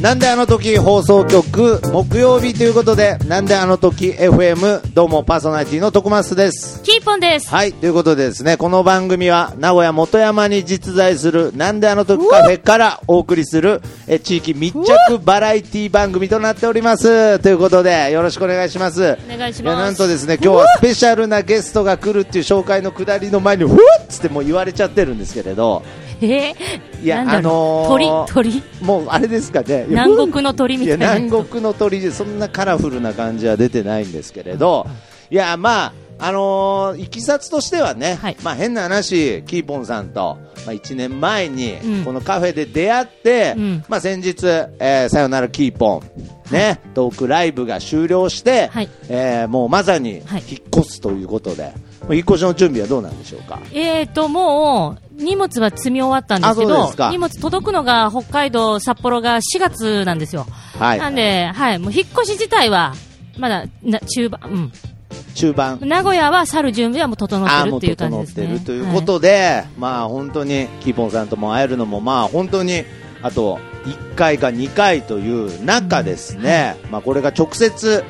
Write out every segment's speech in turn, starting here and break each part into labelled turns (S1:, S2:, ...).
S1: なんであの時放送局木曜日ということで、なんであの時 FM どうもパーソナリティの徳松です。
S2: キーポンです。
S1: はい、ということでですね、この番組は名古屋元山に実在するなんであの時カフェからお送りするえ地域密着バラエティ番組となっております。ということで、よろしくお願いします。
S2: お願いします
S1: やなんとですね、今日はスペシャルなゲストが来るっていう紹介のくだりの前に、ふわっつってもう言われちゃってるんですけれど、
S2: えー、
S1: いや、
S2: なんだ
S1: あ
S2: ろ
S1: の
S2: う
S1: ー
S2: 鳥、鳥。
S1: もうあれですかね、
S2: 南国の鳥み
S1: い
S2: た
S1: や
S2: いな。
S1: 南国の鳥でそんなカラフルな感じは出てないんですけれど、いやまああのーいきさつとしてはね、
S2: はい
S1: まあ変な話、キーポンさんと、まあ、1年前に
S2: うん
S1: このカフェで出会って、
S2: うん
S1: まあ、先日、えーさよならキーポン、ねトークライブが終了して、
S2: はい
S1: えーもうまさに
S2: はい
S1: 引っ越すということで、もう引っ越しの準備はどうなんでしょうか。
S2: えーと、もう、荷物は積み終わったんですけ
S1: あそう
S2: ど
S1: ですか
S2: 荷物届くのが北海道、札幌が4月なんですよ。
S1: はい
S2: なんで、はい、もう引っ越し自体は、まだ、な中盤、
S1: 中盤
S2: うん。名古屋は去る準備はもう整ってるっていう感じですね。
S1: あーもう整ってるということで、まあ本当にキーポンさんとも会えるのもまあ本当にあと1回か2回という中ですね、まあこれが直接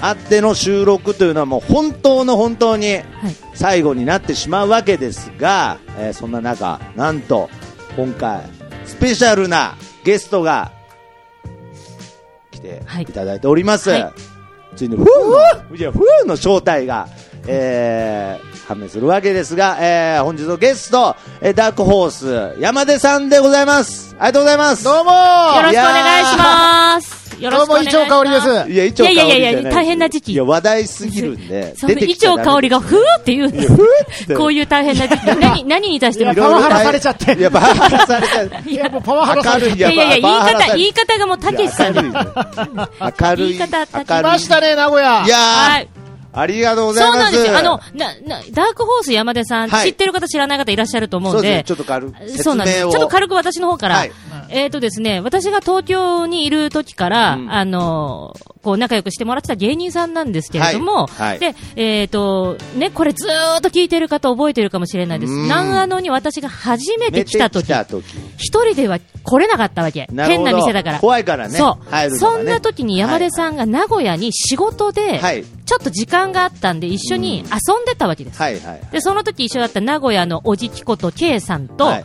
S1: 会っての収録というのはもう本当の本当に
S2: はい。はい
S1: 最後になってしまうわけですが、えーそんな中なんと今回スペシャルなゲストが来て
S2: はい
S1: いただいております、
S2: はい
S1: ついにフーのいやフーの正体が、えー判明するわけですが、えー本日のゲスト、えーダークホース山出さんでございますありがとうございますどうも
S2: よろしくお願いします。よろし
S3: どう
S2: くお
S3: も、
S2: 願い
S3: 伊
S2: します。
S3: 調香りです。
S1: いや一応
S2: いやいやいや大変な時期
S1: いや話題すぎるんで
S2: その
S1: 出て
S2: 伊
S1: きちゃ
S2: 調
S1: ダメ
S2: 香りがふーって言うんです。
S1: て
S2: こういう大変な時期。 何、何に対して
S3: い
S2: も
S3: や
S1: い
S3: パ
S1: ろいろ
S3: ワハラされちゃって。
S1: いやパワハラされちゃう
S3: いや、もうパワハラさ
S1: 明
S3: れち
S1: る
S3: ゃっ
S1: い
S2: いやいやいや、言い方、言い
S1: い
S2: 方がもうたけしさん
S1: 明
S2: だ。
S1: るいね明るい
S2: 言い方たけし
S3: てましたね、名古屋。
S1: いやー、
S2: はい。
S1: ありがとうご
S2: そ
S1: ざいうます
S2: なんですよ。あの、な、な、ダークホース山出さん、
S1: はい
S2: 知ってる方知らない方いらっしゃると思う
S1: そ
S2: ん
S1: うです
S2: で
S1: ね、ちょっと軽く説
S2: そうなんです。ち
S1: 明
S2: ょ
S1: を
S2: っと軽く私の方から。
S1: はい
S2: えっ、とですね、私が東京にいる時から、
S1: うん
S2: あの、こう仲良くしてもらってた芸人さんなんですけれども、
S1: はいはい
S2: で、えっ、と、ね、これずーっと聞いてる方覚えてるかもしれないです。
S1: うん
S2: 南アノに私が初めて来た時、
S1: 寝てきた時
S2: 一人では来れなかったわけ。
S1: なる
S2: 変
S1: ほど
S2: な店だから。
S1: 怖いからね
S2: そう、
S1: 入るのが
S2: そ
S1: ね
S2: んな時に山出さんが名古屋に仕事で、
S1: はい
S2: ちょっと時間があったんで一緒に遊んでたわけです。
S1: はいはい
S2: で、その時一緒だった名古屋のおじきこと、K さんと、
S1: はい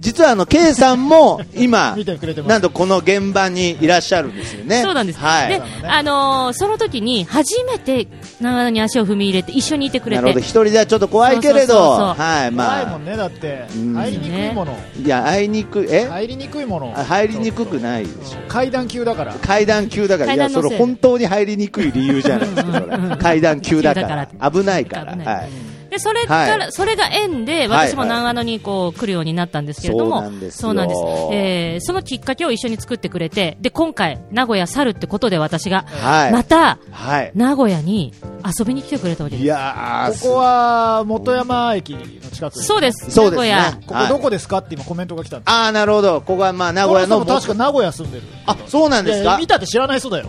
S1: 実はあの K さん も今
S3: 見てくれてます
S1: なんとこの現場にいらっしゃるんですよね
S2: そうなんです。
S1: はい
S2: で、あのーその時に初めて長野に足を踏み入れて一緒にいてくれ
S1: なるほど
S2: て、
S1: 一人ではちょっと怖いけ
S2: そう
S1: れど
S2: そうそうそう
S1: はい
S3: 怖い
S1: ま
S3: も
S1: あ
S3: んね、だって。
S1: ん
S3: 入りにくいもの。
S1: いや会いにくいえ
S3: 入りにくいもの。
S1: あ入りにくくないでしょ
S3: ちょっと階段級だから。
S1: 階段級だから、
S2: 階
S1: いや、
S2: 段
S1: そ
S2: のせい
S1: れ本当に入りにくい理由じゃないですか、それ階段級だか、
S2: 急だから
S1: 危ないから、
S2: 危ない
S1: はい、
S2: で、それから、
S1: は
S2: それが縁で、
S1: はい
S2: 私も長野にこう来るようになったんですけれども、
S1: そうなんですよ
S2: そうなんですえーそのきっかけを一緒に作ってくれて、で、今回、名古屋去るってことで私が、
S1: はい
S2: また、
S1: はい、
S2: 名古屋に遊びに来てくれたわけ
S1: い
S2: です。
S1: や
S3: こ
S1: ー、
S3: こは、元山駅の近く。
S2: そうです。
S1: そうですね
S2: 名古
S3: ここどこですかって今コメントが来たんで
S1: ああ、なるほど、ここはまあ名
S3: 名
S1: 古屋の、
S3: 確か名古屋住んでる。
S1: あそうなんです
S3: いや
S1: か
S3: 見、たって知らない人だよ。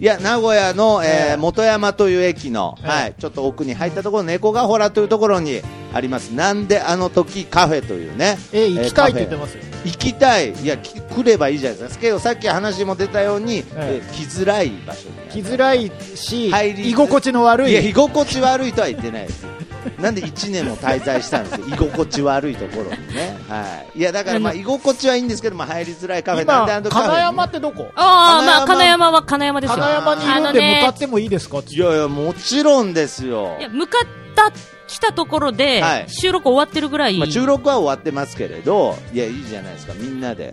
S1: いや、名古屋の、え
S3: え
S1: ー
S3: え
S1: 元山という駅の、
S3: ええ
S1: はい、ちょっと奥に入ったところ、猫がほらというところにあります、なんであの時カフェというね、
S3: え、行きたいって言
S1: えーカフェ
S3: ってますよ。
S1: 行きたい、いや、き来ればいいじゃないですか、けどさっき話も出たように、え
S3: え
S1: ー来づらい場所にある
S3: 来づらいし、
S1: 入り
S3: 居心地の悪
S1: いや居
S3: い。
S1: 心地悪いとは言ってないですなんで1年も滞在したんですよ居心地悪いところにね、はい、いやだからまあ
S2: あの
S1: 居心地はいいんですけど、まあ、入りづらいカフェなん
S3: 今、
S1: であのカフェ
S3: 金山ってどこ
S2: ああ、まあ、金
S1: 金
S2: 山は金山ですよ。
S3: 金山にいるんで向かってもいいですかって
S1: いやいやもちろんですよ
S2: いや、向かった、来たところで、
S1: はい
S2: 収録終わってるぐらい、
S1: まあ、収録は終わってますけれどいやいいじゃないですかみんなで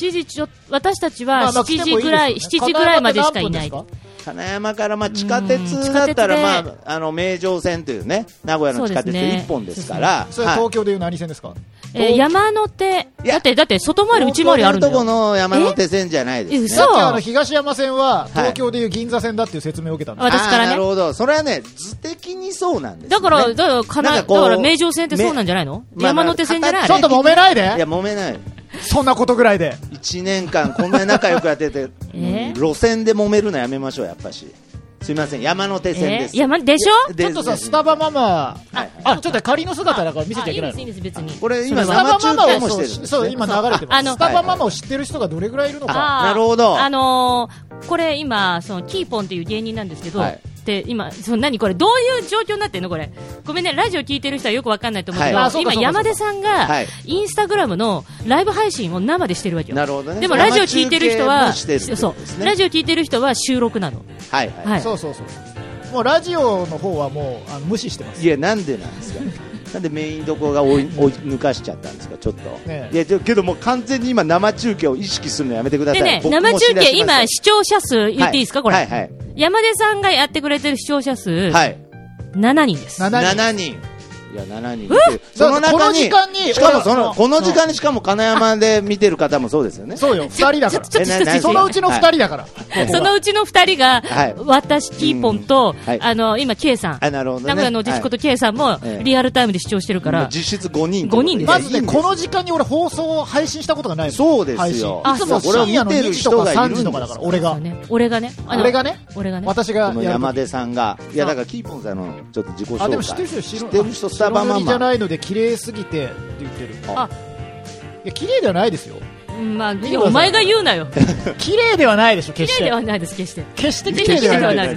S2: 7時ちょ、私たち
S3: ま
S2: は
S3: あまあ
S2: 7時ぐらい、
S3: 来ても
S2: 7時ぐらいまでしかいない。
S3: ですね
S1: 金山からまあ地下鉄だった
S2: う
S1: ら
S2: ん地
S1: ま
S2: 下鉄
S1: あ
S2: で
S1: あの名城線というね名古屋の地下
S2: そ
S1: 鉄
S2: うですね
S1: 一本ですから
S3: それは東京でいう何線ですか、
S2: えー山手、
S1: いや
S2: だって、だって、外回り、内回りあるんだ
S1: 東京
S2: よ。
S1: のとこの山手線じゃないです
S2: え
S1: ね
S2: 嘘
S3: さっきあの東山線は東京でいう銀座線だっていう説明を受けたんです、
S2: あ私からね
S1: あーなるほどそれはね図的にそうなんですよ
S2: だから、
S1: ね
S2: だから、かな
S1: なん
S2: だ
S1: かこう
S2: から、名城線ってそうなんじゃないの、
S1: めまあまあ
S2: 山手線じゃない、
S3: ちょっと揉めないで
S1: いや揉めない
S3: そんなことぐらいで
S1: 1年間こんなに仲良くやってて、
S2: え
S1: 路線で揉めるのやめましょうやっぱしすいません山手線です、
S2: えー山でしょ
S1: で
S3: ちょっとさスタバママあちょっと仮の姿だから見せちゃいけない
S2: あいいん
S3: の
S2: です、いいんです、別に。
S1: これ
S2: それは
S1: 今
S3: スタバママ
S1: 生中継
S3: を
S1: もして
S3: そうん
S1: るですね
S3: そう今流れて
S2: あ
S3: ま
S2: の
S3: すスタバママを知ってる人がどれぐらいいるのか
S2: あー
S1: なるほど
S2: あのーこれ今、そのキーポンっていう芸人なんですけど、
S1: はい
S2: で今その何これどういう状況になってんのこれごめんねラジオ聞いてる人はよくわかんないと思うけど、
S1: はい
S3: あそう
S2: 今
S3: かそうか
S2: 山出さんが、
S1: はい
S2: インスタグラムのライブ配信を生でしてるわけよ
S1: なるほどね
S2: でもラジオ聞いてる人は
S1: 生中継もしてるって
S2: そ
S1: こ
S2: う
S1: とですね
S2: ラジオ聞いてる人は収録なの
S1: はいはい、
S2: はい
S3: そうそうそうもうラジオの方はもうあの無視してます
S1: いやなんでなんですかなんでメインどこが追い追い抜かしちゃったんですかちょっと、
S3: ねえ
S1: いやでけどもう完全に今生中継を意識するのやめてくださ
S2: で
S1: い
S2: ね
S1: 僕も
S2: 生中
S1: 知ら
S2: 継
S1: しました
S2: 今視聴者数言っていいですか、これ、
S1: はいはい
S2: 山出さんがやってくれてる視聴者数、
S1: はい
S2: 7人です
S3: 7
S1: 7人いや7人ってその
S3: だ
S1: 中
S3: っ
S1: に
S3: てこの時間に
S1: しかもそ
S3: 俺
S1: の
S3: は
S1: この時間にしかも金山で見てる方もそうですよね
S3: そうよ2人だか
S2: ちょ
S3: ら
S2: っと
S1: えなな
S2: ちょっと
S3: そのうちの2人だから、
S2: そのうちの二人が、
S1: はい
S2: 私、キーポンと、
S1: うんはい
S2: あの、今、K さん。
S1: あなるほどね
S2: 名古屋のディスコと K さんも
S1: え、え
S2: リアルタイムで視聴してるか
S1: もう
S2: ら、
S1: 実質5人
S2: 五人です
S3: まずねこの
S1: 時
S3: 時間に俺放送を配信したことがないもん
S1: そうですよ
S3: 配信
S1: あ
S3: いつも
S1: そう
S3: 深夜の
S1: これ
S3: 2
S1: を見てる
S3: 時
S1: 人
S3: とか
S1: がいるん
S3: 3
S1: で
S3: 時
S1: す
S3: とかだから俺が、
S2: ね俺がね。あの
S3: 俺がね
S2: 俺がね。
S3: 私が
S1: この
S3: やる
S1: 山出さんがいやだからキーポンさんのちょっと自己紹介
S3: あでも知ってる人知
S1: 知
S3: る
S1: ってる人スタバ
S3: 白
S1: マ
S3: 塗りじゃ
S1: マ
S3: ないので綺麗すぎてって言ってる
S2: あ
S3: いや綺麗ではないですよ
S2: うんまあ、
S3: てください
S2: お前が言うな よ。
S3: 綺麗ではないでしょ決し
S2: 綺麗
S3: て
S2: ではないです、決して。
S3: 決して
S2: 決
S3: 綺
S2: して
S3: 麗
S2: 綺麗
S3: では
S2: で
S3: な
S2: はいないで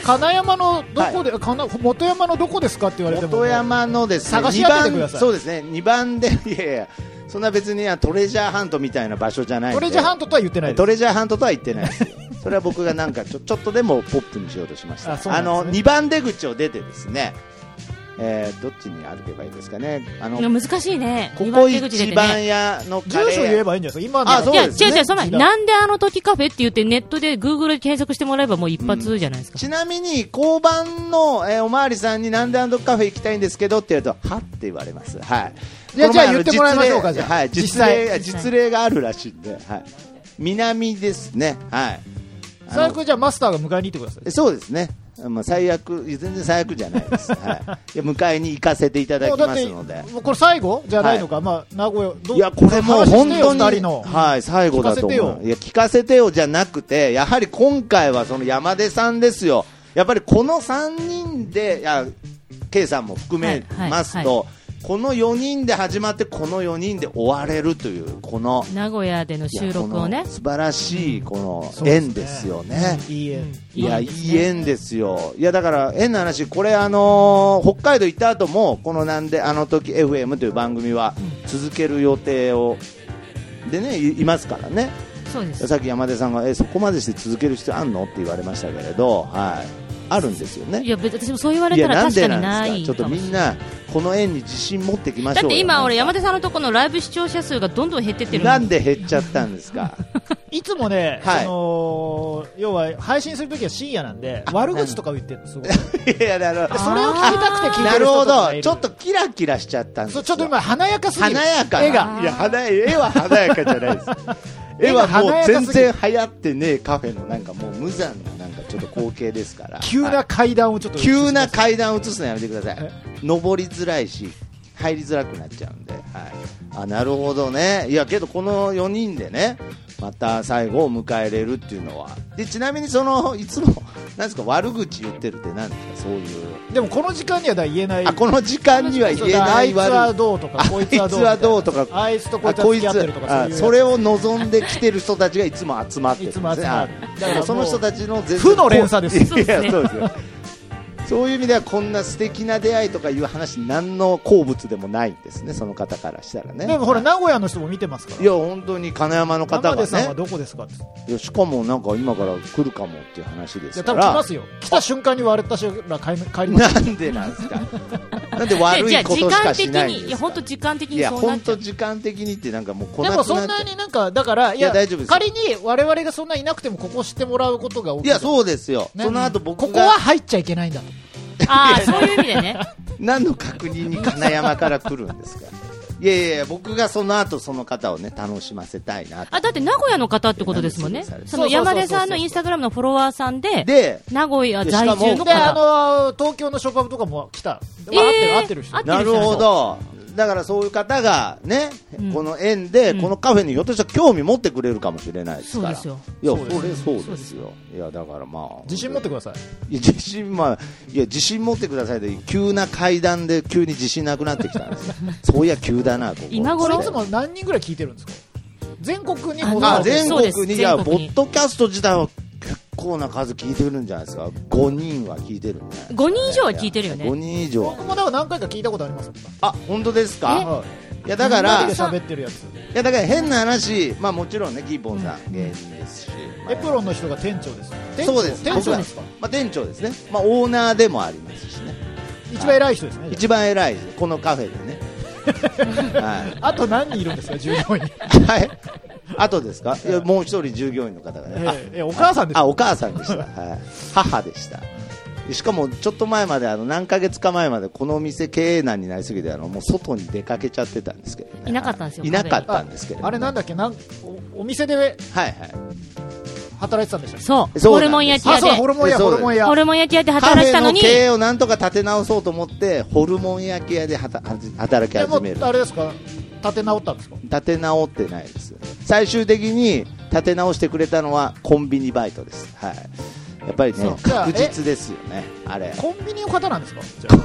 S2: す。
S3: 金山のどこで、金元山のどこですかって言われても
S1: 元山のですね
S3: 探し
S1: 2
S3: 当ててくだ
S1: 番
S3: さい
S1: そうですね2番で いやいやそんな別にあトレジャーハントみたいな場所じゃないんで
S3: トレジャーハントとは言ってないです
S1: トレジャーハントとは言ってないですよそれは僕がなんかちょちょっとでもポップにしようとしましたあ
S3: あそうなんですね
S1: の2番出口を出てですね、えーどっちに歩けばいいですかねあの
S2: いや難しいね。
S1: こ
S2: 二
S1: こ
S2: 番手口出
S1: 一
S2: て
S1: 番
S2: ね。
S1: 屋のカ
S3: 住
S1: レー
S3: 所言えばいいんじゃないですか今の
S1: あそう
S2: いや、違う
S1: ですね
S2: 違う、その前、
S3: 違う
S2: なんであの時カフェって言ってネットで Google で検索してもらえばもう一発じゃないですか。
S1: ちなみに交番の、えーおまわりさんになんでアンドカフェ行きたいんですけどって言うとはって言われますはい
S3: いや
S1: この前
S3: じゃあ言ってもらいましょうか
S1: あの
S3: じゃあ
S1: はい、実
S3: 実際
S1: 例実例があるらしいんで、はい、南ですねはいあの
S3: 最悪じゃあマスターが迎えに行ってください
S1: えそうですね、まあ、最悪、全然最悪じゃないです、はい、いや迎えに行かせていただ
S3: もう
S1: き
S3: だっ
S1: ま
S3: て
S1: すので、
S3: もうこれ最後じゃないのか、まあ名古屋どう
S1: いや、これもう本
S3: 話
S1: 当
S3: して
S1: に、
S3: よ二人の
S1: はい、最後だと
S3: 聞
S1: 思
S3: かせ
S1: う
S3: て
S1: いや、聞かせてよじゃなくて、やはり今回はその山出さんですよ、やっぱりこの3人で、いや K さんも含めますと、
S2: はいはい
S1: この4人で始まって、この4人で終われるという、この。
S2: 名古屋での
S1: いや
S2: 収録を
S1: こ
S2: ね
S1: の。素晴らしいこの
S3: そうですね
S1: 縁ですよね。
S3: いいえ
S1: いや、
S2: う
S1: い
S2: ん
S1: い縁ですよ。いや、だから、縁の話、これ、あのー北海道行った後も、このなんで、あの時 FM という番組は続ける予定を、でね、いいますからね。
S2: そうです。
S1: さっき山出さんが、え、そこまでして続ける必要あんのって言われましたけれど、はい。あるんですよ
S2: い
S1: ね。
S2: や、別に私もそう言われ
S1: いや、
S2: たら
S1: なん
S2: 確か
S1: で
S2: にな
S1: なんで
S2: い
S1: すか。ちょっと
S2: かもしれない
S1: みんな、この縁に自信持ってきまし
S2: だ
S1: ょ
S2: っ
S1: うよ。
S2: て今俺
S1: なん
S2: 山
S1: か
S2: 田さんのとこのライブ視聴者数がどんどん減ってってる
S1: な
S2: の
S1: んで減っちゃったんで すか。
S3: いつもね、
S1: はい
S3: その要は配信するときは深夜なんで悪口とか言ってるのすごいそ
S1: いや、なるほど。
S3: れを聞きたくて聞い
S1: な
S3: てる
S1: る
S3: 人
S1: ほ
S3: とか
S1: ど。
S3: い
S1: ちょっとキラキラしちゃったんです
S3: そう
S1: よ。
S3: ちょっと今華やかすぎる
S1: 華やかな
S3: 絵が
S1: いや華や絵は華やかじゃないです 絵
S3: 絵が
S1: はもう
S3: 華やかすぎる
S1: 全然流行ってねえカフェのなんかもう無残ななんかちょっと光景ですから
S3: 急
S1: は
S3: ない階段をちょっと
S1: 急な階段を移すのやめてください
S3: え
S1: 登りづらいし入りづらくなっちゃうんで、はい、あなるほどねいやけどこの4人でねまた最後を迎えれるっていうのはでちなみにそのいつもなんですか悪口言ってるって何ですかそういう
S3: でもこの時間にはだから言えない
S1: あこの時間には言え
S3: あ
S1: ないい
S3: つは
S1: 悪口
S3: どうとかこいつ
S1: あ
S3: はい
S1: つ
S3: どう
S1: はどうとか
S3: あいつとこい
S1: あ
S3: つは
S1: こ
S3: 付
S1: い
S3: き
S1: つ
S3: 合ってるとかそう
S1: あ
S3: いう
S1: それを望んできてる人たちがいつも集まってるんですね
S3: いつも集まる
S1: あだからその人たちの全然
S3: 負の連鎖です
S1: いやいやそ
S2: そう
S1: ですよそういう意味ではこんな素敵な出会いとかいう話何の好物でもないんですねその方からしたらね
S3: でもほら名古屋の人も見てますから
S1: いや本当に金山の方
S3: 山
S1: が
S3: 出さん
S1: ね
S3: はどこですかってい
S1: いやしかもなんか今から来るかもっていう話です
S3: や
S1: か
S3: 多分来
S1: ら
S3: ますよ来た瞬間に私ら帰り帰ります
S1: なんでなんですかなんで悪
S2: じゃあ
S1: いこ
S2: 時間
S1: としか
S2: 的
S1: しない
S2: に、い
S1: んで
S2: や、
S1: すか
S2: 本当時間的
S1: い
S2: に
S1: や
S2: そうな
S1: 本
S2: っちゃ
S1: 当
S2: う。
S1: 時間的にってなんかもう来
S3: で
S1: な
S3: も
S1: く
S3: そ
S1: なっ
S3: ん
S1: ちゃ
S3: な
S1: う
S3: になんかだからいや
S1: いや大丈夫です
S3: 仮に我々がそんないなくてもここを知ってもらうことが大きい
S1: いやそうですよ、
S3: ね
S1: その後僕が
S3: ここは入っちゃいけないんだと
S2: ああ、そういう意味で ね。
S1: 何の確認に金山から来るんですかいやいやいや僕がその後その方をね楽しませたいなと
S2: あ、だって名古屋の方ってことですもんね。
S1: そうそうそう
S2: その山根さんのインスタグラムのフォロワーさんで、
S1: で
S2: 名古屋在住の
S1: し
S3: であ
S2: 方。
S3: のー東京のショパブとかも来た、
S2: え
S3: まあ合って
S2: ー
S3: る合ってる人
S2: 合って
S1: なるほどだからそういう方がね、
S2: うん
S1: この縁で、
S2: うん
S1: このカフェにひょっとしたら興味持ってくれるかもしれないですから
S2: そうで
S1: いや
S3: そう
S1: そ
S3: で
S1: れ
S3: す
S1: そうですよいやだからまあ
S3: 自信持ってください
S1: いや自信まあいや自信持ってくださいで急な階段で急に自信なくなってきたんですよそういや急だなここ
S2: 今
S3: こ
S2: 頃
S3: れいつも何人ぐらい聞いてるんですか全国に
S2: あ
S3: こ
S2: の
S1: あ
S2: そうです
S1: 全
S2: そうです
S1: 国にいや
S2: 全
S1: ボ
S2: 国に
S1: ッドキャスト自体は結構な数聞いてるんじゃないですか5人は聞いてるんじゃない
S2: 5人以上は聞いてるよ
S1: 5
S2: ね。
S1: 人以上
S3: 僕もだから何回か聞いたことありますもん
S1: あ本当ですか
S3: はい
S1: いやだ
S3: 何
S1: から
S3: で
S1: い
S3: 喋ってるやつ
S1: やだから変な話まあもちろんねギーボンさん芸人ですしまあ
S3: エプロンの人が店長です店長
S1: そうです
S3: 店長
S1: 僕
S3: な
S1: は
S3: んですか
S1: まあ店長ですねまあオーナーでもありますしね
S3: 一番偉い人ですねじゃ
S1: 一番偉いですこのカフェで ねはい
S3: ああと何人いるんですか従業 員
S1: はい。あとですか、いやもう一人従業員の方がね、
S3: えええお母さんです
S1: あお母さ んでした、はい、母でした、しかもちょっと前まで、あの何ヶ月か前まで、このお店経営難になりすぎて、あのもう外に出かけちゃってたんですけどね、
S2: いなかったんですよ
S1: いなかったんですけれど
S3: あれなん
S1: だ
S3: だっけなんおお店で
S1: はいはい、
S3: 働いてたんでしたっ
S2: そう。
S1: そう
S2: ホ
S1: な
S2: ル
S1: んです
S2: モン焼き
S3: けあ
S2: 屋
S3: そう
S2: で
S3: だ、ホルモン屋
S1: えそ
S3: ホ
S1: うです
S3: ルモン屋
S2: ホルモン焼き屋で
S1: カフ
S2: 働いてた
S1: ェ
S2: の
S1: の
S2: に
S1: 経、営をなんとか立て直そうと思って、ホルモン焼き屋ではた働き
S3: で
S1: 始める
S3: もあれですか立て直ったんですか
S1: 立て直ってないです最終的に立て直してくれたのはコンビニバイトですはいやっぱり
S3: そ
S1: ね
S3: う
S1: 確実ですよねあれ
S3: コンビニの方なんですかじゃあ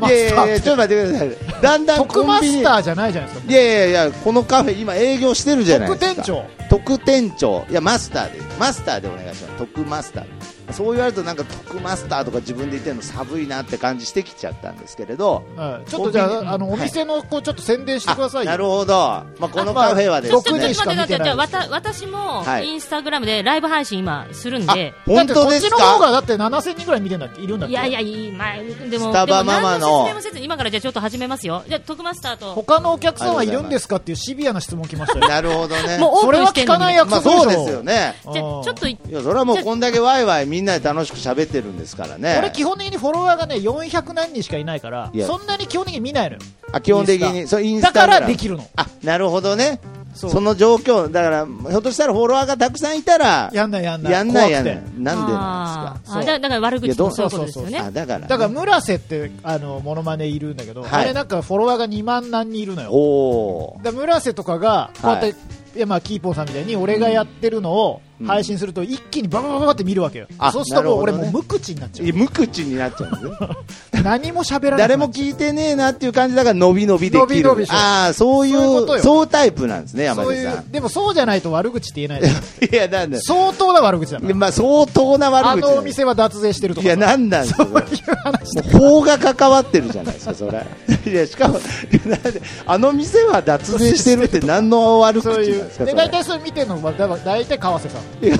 S3: マ
S1: いやい
S3: スタ
S1: やいや
S3: ー
S1: ちょっと待ってくださいだんだん
S3: 特
S1: コン
S3: マ
S1: ビニ
S3: ス
S1: い
S3: タ
S1: や
S3: ーじゃないじゃないですか
S1: いやいやこのカフェ今営業してるじゃない
S3: 特
S1: です
S3: 店
S1: か
S3: 長
S1: 特店長いやマスターでマスターでお願いします特マスターそう言われるとなんか特マスターとか自分で言ってるの寒いなって感じしてきちゃったんですけれど
S3: はいちょっとじゃ
S1: コンビニ
S3: ああのお店のこうちょっと宣伝してくださいよ
S1: なるほど、まあ、このカフェはで
S2: ちょっ
S1: す
S2: と待
S3: 僕に
S2: っ
S1: ね
S3: しか
S2: て
S3: 見
S2: 待ってて、
S3: ない
S2: わた私も
S1: はい
S2: インスタグラムでライブ配信今するん
S1: あ
S2: で、
S3: だっ
S1: 本
S3: てこ
S1: 当
S3: っ
S1: で
S3: ち
S1: す
S3: の
S1: か
S3: 方がだって7000人ぐらい見てんだっけいるんだっ
S2: い
S3: け
S2: やいや、いい、まあ、でも、
S1: スタバママ
S2: で
S1: の
S2: も何の説明もせずに今からじゃあちょっと始めますよ。じゃあ、徳マスターと。
S3: 他のお客さんはいるんですかっていうシビアな質問来ましたよ
S1: なるほどね
S2: もう
S3: それは聞かない約
S1: まあ
S3: 束でしょ、
S1: そうですよね
S2: じゃあ、ちょっとい、
S1: いやそれはもうこんだけワイワイみんなで楽しく喋ってるんですからね
S3: 俺基本的にフォロワーがね400何人しかいないから
S1: いや
S3: そんなに基本的に見ないのよ
S1: あ基本的にそうインスタ
S3: だからでき
S1: る
S3: るの
S1: あなるほどね
S3: そ
S1: そうの状況だからひょっとしたらフォロワーがたくさんいたら
S3: やんないやんない
S1: やんないや
S3: 怖く
S1: ん
S3: て
S1: ないなん
S2: あー
S1: でなんですか
S2: あ
S1: そう
S2: だだから悪
S1: いや
S2: 口
S1: ど
S2: も
S1: う
S2: そういうことですよね。
S1: あだから
S3: だから村瀬ってあのモノマネいるんだけど、
S1: はい
S3: あれなんかフォロワーが2万何人いるの
S1: お
S3: よ
S1: お
S3: だから村瀬とかがこうやって、
S1: はい
S3: いやまあ、キーポンさんみたいに俺がやってるのを
S1: うん
S3: 配信すると一気にバババババって見るわけよ、
S1: あ
S3: そうするともう俺
S1: な
S3: もう
S1: るほどね
S3: 無口になっちゃう
S1: 無口になっちゃうんですね
S3: 何も喋らない
S1: 誰も聞いてねえなっていう感じだから伸び伸びで
S3: 伸
S1: き
S3: び
S1: る
S3: 伸びしよう
S1: ああそういう
S3: そういうこ
S1: そう
S3: とよ
S1: タイプなんですね山
S3: そう
S1: 根
S3: い
S1: さん
S3: うでもそうじゃないと悪口って言 えないじゃん
S1: いやなんだ
S3: 相当な悪口だか
S1: いや
S3: ら
S1: まあ相当な悪口
S3: あ
S1: なんです
S3: のお店は脱税してると
S1: い
S3: かさ
S1: や、なんなんそれ。も
S3: いう話
S1: う法が関わってるじゃないですか、それ。いや、しかも、 なんであの店は脱税してるって何の悪口
S3: そ
S1: な
S3: うんい
S1: です
S3: う
S1: か、
S3: で
S1: それ
S3: 大体それ見てるのはだ大体川瀬さん
S1: いやい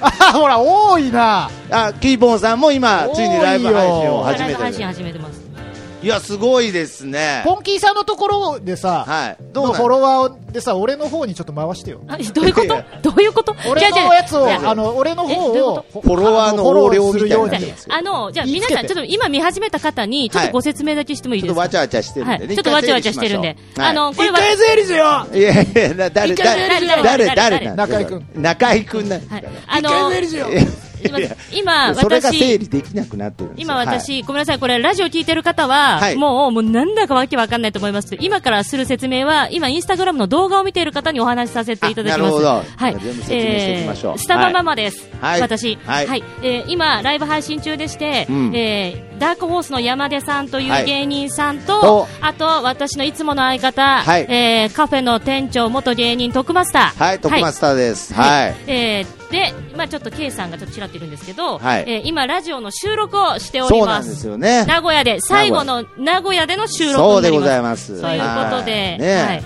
S3: あほら多いな
S1: やあ、キーポンさんも今、ついにライブ配信を始
S2: ライ
S1: め
S2: ブ配信
S1: てる。
S2: 始めてます。
S1: いや、すごいですね。
S3: ポンキーさんのところでさ、
S1: はい。どう
S3: の
S1: な
S3: フォ
S1: の
S3: ロワーでさ俺の方にちょっと回してよ
S2: あどういうこ
S1: いやい
S2: とどういうこと
S3: 俺の
S2: じゃあじゃあ
S3: やつを
S2: いや
S3: あの俺の方
S2: えどういう
S3: を
S1: フォロワーの横領みたい
S3: フォロ
S1: な
S3: ーするよう
S2: ご
S3: に
S2: めんな
S1: やつで
S2: さ
S1: す
S2: いあの、じゃあ
S3: 言いつ
S2: 皆
S3: けて
S2: さん、ちょっと今見始めた方に、ちょっとご説明だけしてもいい
S1: ち
S2: です
S1: ょっと
S2: か
S1: わちゃわちゃしてるん
S2: は
S1: で
S2: い。
S1: ね。
S2: ちょっとわちゃわちゃしてるんで。あの、これは、
S1: 整理しよういやいや、な誰、
S2: 一回整理しよう
S1: 誰、誰、
S2: 誰
S1: 誰なんですか
S3: 中居君。
S1: 中居君なんです
S2: は
S1: か
S2: い
S1: ら。
S2: あの、
S1: いや
S2: 今、
S1: それが整
S2: 私、
S1: 理できなくなってるんですよ
S2: 今
S1: はい
S2: 私、ごめんなさい、これ、ラジオ聞いてる方は、
S1: はい
S2: もう、もうなんだかわけわかんないと思いますけど今からする説明は、今、インスタグラムの動画を見ている方にお話しさせていただきます。
S1: あなるほど
S2: はい
S1: 全部説明していきましょう
S2: えースタバママです。
S1: はい
S2: 私、
S1: はい
S2: えー今、ライブ配信中でして、
S1: うん
S2: えーダークホースの山出さんとい
S1: は
S2: う
S1: い
S2: 芸人さんと、
S1: と
S2: あと、私のいつもの相方、
S1: はい
S2: えーカフェの店長、元芸人、徳マスター。
S1: はい、徳マスターです。
S2: は
S1: はいい。
S2: えーで、まあ、ちょっと K さんがちょっとちらっているんですけど、
S1: はい
S2: えー今、ラジオの収録をしており
S1: そうな
S2: ま
S1: ん
S2: す。
S1: ですよね。
S2: 名古屋で、最後の名古屋での収録
S1: そう
S2: にな
S1: で
S2: り
S1: ご
S2: ます。
S1: ざいま
S2: とい
S1: す。
S2: うことで、
S1: ねえ
S2: はい、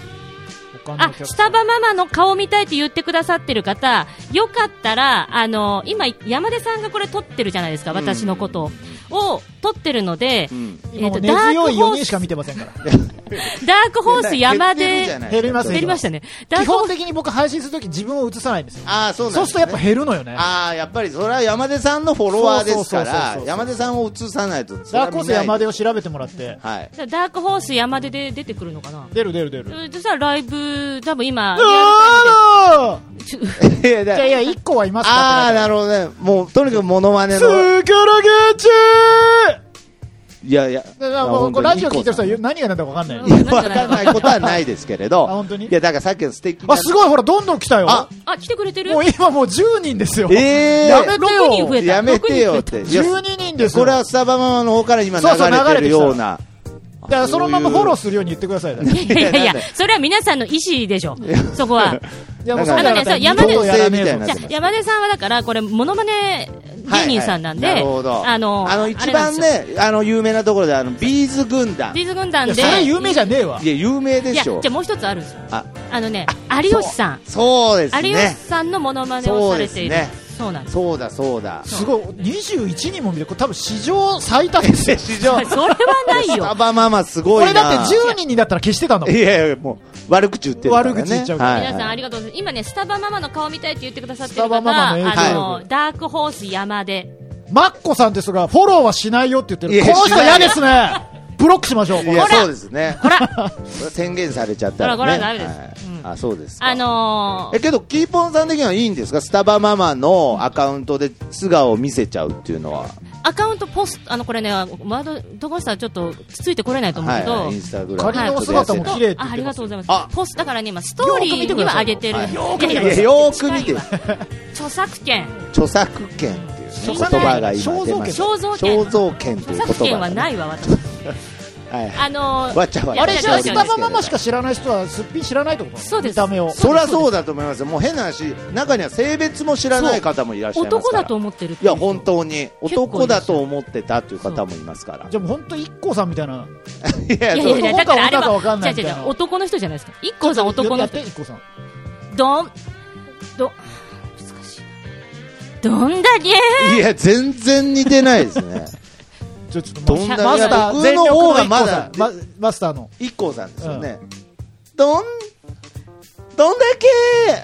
S3: 他の
S2: あ
S3: お客さん
S2: スタバママの顔見たいって言ってくださってる方、よかったら、あの今、山出さんがこれ撮ってるじゃないですか、私のことを。を撮ってるので、
S1: うん
S3: 今もう
S2: えーと
S3: 根強い4
S2: ダークホース
S3: 人しか見てませんから。
S2: ダークホース山
S1: 減ってるじゃ
S2: で
S1: ない
S3: 減ります
S2: 減りましたね。ダー
S3: 基
S2: クホー
S3: 本
S2: ス
S3: 的に僕配信するとき自分を映さないんですよ。
S1: ああ、そうな
S3: そ
S1: ん
S3: う
S1: ですす、
S3: ると
S1: ね。
S3: やっぱ減るのよね。
S1: ああ、やっぱりそれは山出さんのフォロワーです
S3: そ
S1: か
S3: うそうそう
S1: ら
S3: そ、う
S1: 山出さんを映さないと。それは
S3: ダーク
S1: 見ない
S3: ホース山出を調べてもらって。
S1: はい。
S2: ダークホース山でで出てくるのかな
S3: 出る出る出る。
S2: そしたらライブ、多分今、リア
S3: あ
S2: ルタイムでち
S1: いや
S3: ーい
S1: だ
S3: やいや、1個はいますか
S1: ああ、
S3: って
S1: なるほどね。もう、とにかくモノマ
S3: 書
S1: ネ
S3: いてあ
S1: の。
S3: る。すからげち
S1: いやいや。
S3: だからもうこうラジオ聞いてる人は何がなんだかわかんない。
S2: ょっと
S1: わかんないことはないですけれど。
S3: あ本当に
S1: いや、だからさっきの素敵な。
S3: あ、すごい、ほら、どんどん来たよ。
S1: あ
S2: あ、来てくれてる
S3: もう今もう10人ですよ。
S1: ええ
S3: やめて
S2: 6人増え
S3: よ。
S2: た。
S1: やめてよって。いや
S3: 12人ですよ。
S1: これはスタバママの方から今流
S3: そうそう
S1: れてるような。
S3: だからそのままフォロー
S1: す
S3: するように言ってください。だから
S2: 6人いやいやいや、それは皆さんの意思でしょ。そこは。
S3: いやもう
S1: だから
S3: そうじゃなか
S2: あのね
S3: ったら二度とやらねえぞ
S1: 山根先生みたいな
S2: じゃあ山根さんはだから、これ、モノマネ芸人さんなんで、
S1: なるほど。
S2: あの、
S1: 一番
S2: あれなんですよ、
S1: ね、あの、有名なところで、あの、ビーズ軍団。
S2: ディズ軍団
S3: いや
S2: で、
S3: それ有名じゃねえわ
S1: い。や、有名で
S2: いや、
S1: し
S2: じゃ
S1: ょ
S2: あ。もう一つあるんですよ。
S1: あ、
S2: あのね、有吉さん。
S1: そうです
S2: 有吉
S1: ね。
S2: さんのモノマネをされている
S1: そうで。
S2: そうなんです。
S1: そうだ、そうだ。
S3: すごい、21人も見て、これ多分史上最多 ですよ。
S1: 史上。
S2: それはない
S1: スタ
S2: よ。
S1: バママすご
S3: こ
S1: いな。
S3: れだって10人になったら消してたんだもん。
S1: いやいや、もう、悪口言ってるからね。
S3: 悪口言っちゃうから
S1: はいはい
S2: 皆さんありがとうございます。今ね、スタバママの顔見たいって言ってくださってる
S3: スタバ
S2: 方、
S3: ママの影響力
S2: あの、ダークホース山で。
S3: マッコさんですが、フォローはしないよって言って
S1: い
S3: る。
S1: や
S3: この人
S1: しない
S3: 嫌ですね。ブロックしましょう。こ
S1: い
S3: の
S1: や、
S2: ほら
S1: そうですね。ほら宣言されちゃったら、ね。
S2: ほらほらダメです
S1: はい
S2: うん
S1: あ、そうですか。
S2: あの
S1: え、
S2: ー、
S1: けど、キーポンさん的にはいいんですかスタバママのアカウントで素顔を見せちゃうっていうのは。
S2: アカウントポスト、あの、これね、ワード、どこしたらちょっとついてこれないと思う
S1: は
S2: け
S1: い
S2: ど、
S1: はい、インスタグラム。
S3: 仮のお姿も綺麗って言ってます
S2: あありがとうございま
S1: あ
S2: す。ポストだからね、今、ストーリーには上げてる。
S1: はい
S2: よー
S1: いや、よーく見てる。
S2: 著作権、
S1: 著作権っていうね言
S2: 著作権
S1: 葉が今出ました。
S2: 肖像権
S1: 肖像権とい
S2: 著
S1: う言葉がね。
S2: 作権はないわ、私。
S1: はい。
S2: あのー、
S1: わちゃわちゃ
S3: あれじゃあ、
S2: いや
S3: ス
S2: いや
S3: タ
S2: い
S3: バ
S2: や
S3: ママしか知らない人は、すっぴん知らないってこと
S2: そうです
S3: 見た目を。
S2: そ
S1: そりゃそうだと思いますよもう変な話、中には性別も知らない方もいらっしゃいますから
S2: 男だと思ってるって
S1: いや、本当に、
S2: 結構い
S1: 男
S2: らっし
S1: だ
S2: ゃる
S1: と思ってたという方もいますから。
S3: じゃあもう本当一 k さんみたいな。
S1: いや
S2: いや
S1: そう
S2: いやいや、だからあれ
S3: 男か女かわかんな
S2: は、
S3: い
S2: 違う
S3: み
S2: 違
S3: たいうな
S2: 違う、男の人じゃないですか。一個さん男
S3: や
S2: の
S3: っ
S2: 人
S3: て、。一 k さん。
S2: どん、どん、難しいな。どんだけ
S1: いや、全然似てないですね。
S3: ちょ、ちょっと
S1: ど
S3: マ
S1: ん
S3: ス
S1: だ
S3: タ
S1: け
S3: ー、マスター、
S1: 僕の方がまだ
S3: 全力の IKKO さんママスターの。
S1: 一光さんですよね。どん、どんだけ、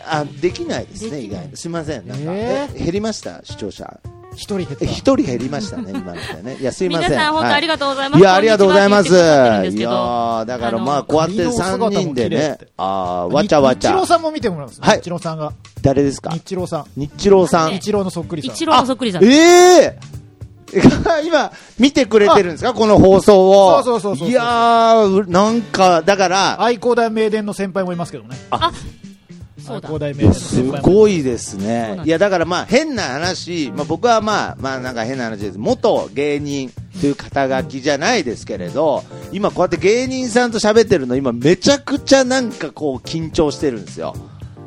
S1: あ、できないですね、
S2: で
S1: 意
S2: きない
S1: 外に。すみません。なんか、
S3: え
S1: え減りました、視聴者。
S3: 一人減っ
S1: え
S3: た。
S1: 一人減りましたね、今のでね。いや、すいません。
S2: 皆さん、本当あり
S1: が
S2: がとうございま
S1: い
S2: す。
S1: や、ありがとうございます。い
S2: こん
S1: や
S2: にちはって言ってくださってるんですけど
S1: ー、だからまあ、こうやって三人でね、あー、わちゃわち
S3: 日
S1: ゃ
S3: 郎。さんも見てもらいます。
S1: はい
S3: 日郎さんが。
S1: 誰ですか
S3: 日郎さん。
S1: 日郎さん。
S3: 日郎のそっくりさん。
S2: 一郎のそっくりさん。
S1: ええ 今、見てくれてるんですかこの放送を。
S3: そうそうそうそう
S1: いやー、うなんか、だから、
S3: 愛工大名電の先輩もいますけどね。
S2: あ、そう
S3: 愛
S2: だ。
S3: 工大名電の
S1: す
S3: 先輩も。
S1: ごいです
S2: そう
S1: ね
S2: な。ん
S1: いや、だからまあ、変な話、まあ僕はまあ、まあなんか変な話です。元芸人という肩書きじゃないですけれど、今こうやって芸人さんと喋ってるの、今めちゃくちゃなんかこう緊張してるんですよ。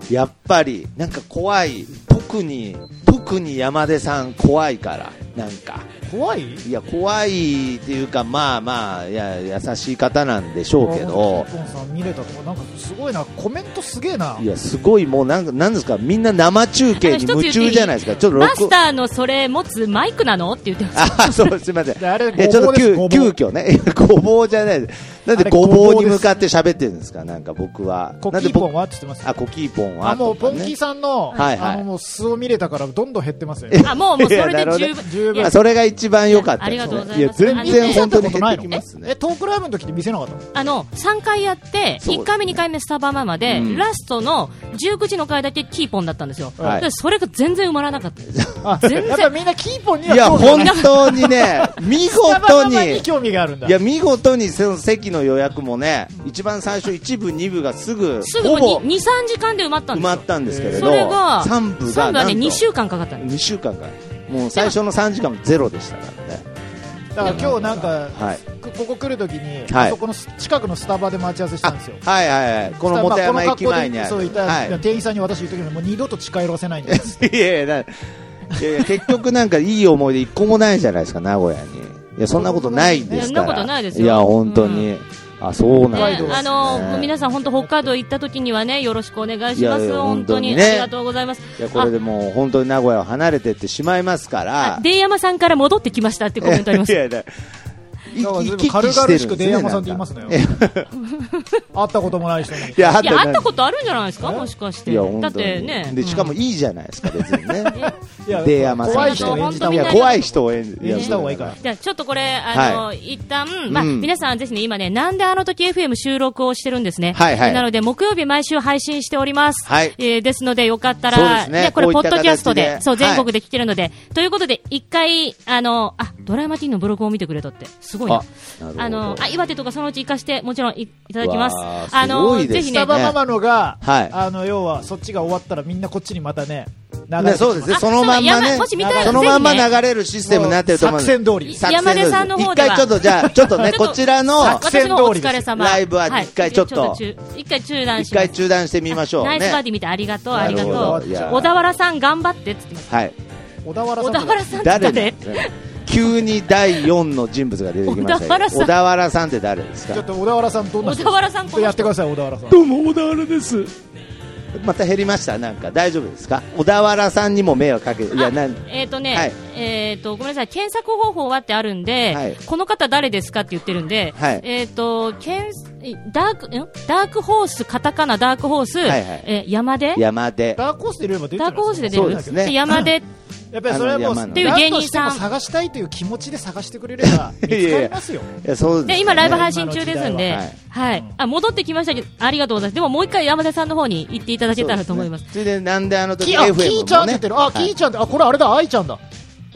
S1: やっぱり、なんか怖い。特に、特に山出さん怖いから、なんか。
S3: 怖い
S1: いや怖いっていうかまあまあいや優しい方なんでしょうけど
S3: 日本さん見れたとこなんかすごいなコメントすげえない
S1: やすごいもうなんかなんですかみんな生中継に夢中じゃないですかちょっと
S2: マス
S1: 録
S2: ターのそれ持つマイクなのって言ってます。
S1: あそうすみ ません
S3: であれ
S1: いやちょっと
S3: ご
S1: 急
S3: ぼうです
S1: 急遽ねい やごぼうじゃないですなん
S3: あ
S1: で
S3: れ
S1: ごぼう
S3: ごぼう
S1: に
S3: です
S1: 向かって喋ってるんですかなんか僕は
S3: コ
S1: なん
S3: キー
S1: で
S3: ポン
S1: 僕
S3: はって言ってます
S1: あコキーポンは
S3: あもうポ
S1: とか
S3: ン
S1: ね
S3: キーさんの、
S1: はいはい
S3: あのもう素を見れたからどんどん減ってますよ
S2: あ、もう、もうそれ
S1: いやな
S2: で
S1: るほど
S2: 十
S1: ね
S2: 分。
S3: 十分
S2: いや
S1: あそれが一番良かった
S2: いや
S1: です
S2: ありがとうご
S1: ね
S2: ざいます
S1: や全然本当に減ってき
S3: え
S1: ますね
S3: えトークライブの時って見せなかったの
S2: あの、3回やって、
S1: そうですね
S2: 1回目、2回目スタバママで、
S1: うん
S2: ラストの19時の回だけキーポンだったんですよ。
S1: はい
S2: でそれが全然埋まらなかったです。
S3: あ
S2: 全然
S3: やっぱみんなキーポンに
S1: い
S3: は
S1: や
S3: 興味が
S1: 本
S3: ない
S1: 当にね見事
S3: スタバママ
S1: に
S3: に興味があるんだ
S1: いや見事にその席の予約もね、一番最初、1部、2部がすぐ、
S2: すぐ
S1: ほぼ
S2: もう2、2 3時間で埋まったん
S1: 埋
S2: で
S1: ますったんですけれ
S2: よ。
S1: ど、
S2: それが、
S1: 3部
S2: 三
S1: が
S2: 部は
S1: なん
S2: ね、
S1: と
S2: 2週間かかったんです。
S1: 二週間から、もう最初の3時間もゼロでしたからね、
S3: だから今日なんか、
S1: はい
S3: こここ来る時に、
S1: はい
S3: あそこの近くのスタバで待ち合わせしたんですよ
S1: はいはいはい、この
S3: そし
S1: 本
S3: たらま
S1: 山
S3: あこの格
S1: 駅
S3: 好で
S1: 前にある、
S3: そういた、いや
S1: は
S3: 店員さんに私言っときもう二度と近寄らせないんです
S1: い、 いやいやだいやいや、結局なんかいい思い出一個もないじゃないですか、名古屋に。いや、そんなことないですから。
S2: いやそんなことないですよ
S1: いや、本当に。あ、そうなんです
S2: ね
S1: ね。
S2: あの皆さん、本当北海道行った時にはねよろしくお願いします、
S1: いやいや
S2: 本当に
S1: 本当にね
S2: ありがとうございます。
S1: いやこれでもう本当に名古屋を離れてってしまいますから
S2: あ、出山さんから戻ってきましたってコメントあります
S1: い。やいやい
S3: なんか随分
S1: 行き来
S3: 軽々しく
S1: て
S3: 電
S1: るん
S3: 山
S1: ですね
S3: さんって言いますね
S1: なんか
S3: 会ったこともない人に
S1: いや、あっ
S2: いや、会った
S1: と
S2: ことあるんじゃないですか、もしかして。
S1: いや、本
S2: だ
S1: 当
S2: っ
S1: に。
S2: てね。
S1: で、しかもいいじゃないですか、別にね。
S3: いや
S1: 出山さん。
S3: 怖い人を演じた
S2: 方が
S1: いや、怖い人を演じ
S3: 演じた方がいいから。
S2: じゃあちょっとこれ、あの、一旦、まあ、
S1: うん
S2: 皆さんぜひね、今ね、なんであの時 FM 収録をしてるんですね。
S1: はいはい
S2: なので、木曜日毎週配信しております。
S1: はい
S2: えーですので、よかった
S1: そうで
S2: ら、
S1: すね
S2: これ、
S1: こうい
S2: ポ
S1: っ
S2: ッ
S1: た
S2: ドキャストで、
S1: 形で
S2: そう、
S1: はい
S2: 全国で聞けるので、ということで、一回、あの、あ、ドラマティーンのブログを見てくれたって、すごいな。
S1: あなるほど
S2: あの、あ、岩手とかそのうち行かして、もちろんいいただきます。
S1: わあ
S2: あ
S1: す
S2: の、
S1: ごいです
S2: ぜひ
S3: ス
S2: ね
S3: タ、バママのが、
S1: はい
S3: あの要はそっちが終わったらみんなこっちにまたね流れ
S1: ね、
S3: て
S1: そうですね、
S2: あ
S1: そのまんま
S2: そうだ
S1: ね
S2: やばいもし見たい、
S1: そのまんま
S2: ぜひね
S1: 流れるシステムになってると思うんで
S3: 作戦通り
S2: い山根さんの方では
S1: 一回ちょっと、じゃあ、ちょ っとね、こちらの、
S3: 作
S2: 私
S3: 戦通りです
S2: のお疲れ様。
S1: ライブは一回ちょっと
S2: いちょっと中一回中断し
S1: 一
S2: ます
S1: 回中断してみましょう。
S2: ナイスバ
S1: ね
S2: ディ見てありがとう、ありがと
S1: なるほ
S2: う
S1: どいや。
S2: 小田原さん頑張ってって言ってます。
S1: はい。
S3: 小田原さ
S2: 小
S3: んと
S2: 田
S3: か
S2: 原さんって
S1: 誰なん
S2: 誰
S1: ですか急に第四の人物が出てきましたけ
S2: 小田
S1: ど
S2: 原さん
S1: 小田原さんって誰です
S3: ちょ
S1: か
S3: っと小田原さんどんな人
S2: 小田原さんこの人
S3: やってください小田原さん
S4: どうも、小田原です。
S1: また減りましたなんか大丈夫ですか小田原さんにも迷惑かけいやなん
S2: えっとね、
S1: はい
S2: えっと、ごめんなさい、検索方法はってあるんで、
S1: はい
S2: この方誰ですかって言ってるんで、
S1: はい
S2: えっと、けんダーク、んダークホース、カタカナダークホース、
S1: はいはい
S2: えー山出
S1: 山で
S3: ダークホースで入れれば出て
S2: ダークホースで出
S1: そう
S2: る
S1: ですね
S2: で山出、
S3: やっぱりそれはも
S1: あ
S3: う
S1: の山の
S2: っていう芸人さん
S3: だとしても探したいという気持ちで探してくれれば見つかりますよ
S1: いやそうですね
S2: で、今ライブ配信中ですんで、
S1: 今
S2: は
S1: の
S2: い
S1: 時。
S2: あ、戻ってきましたけど、ありがとうございます。でももう一回山出さんの方に行っていただけたらと思います。
S1: そうでねついでなんであの時
S3: キーあ
S1: FM
S3: キーちゃんって言ってるあキ
S1: はい
S3: ーちゃんってあこれあれだ愛ちゃんだ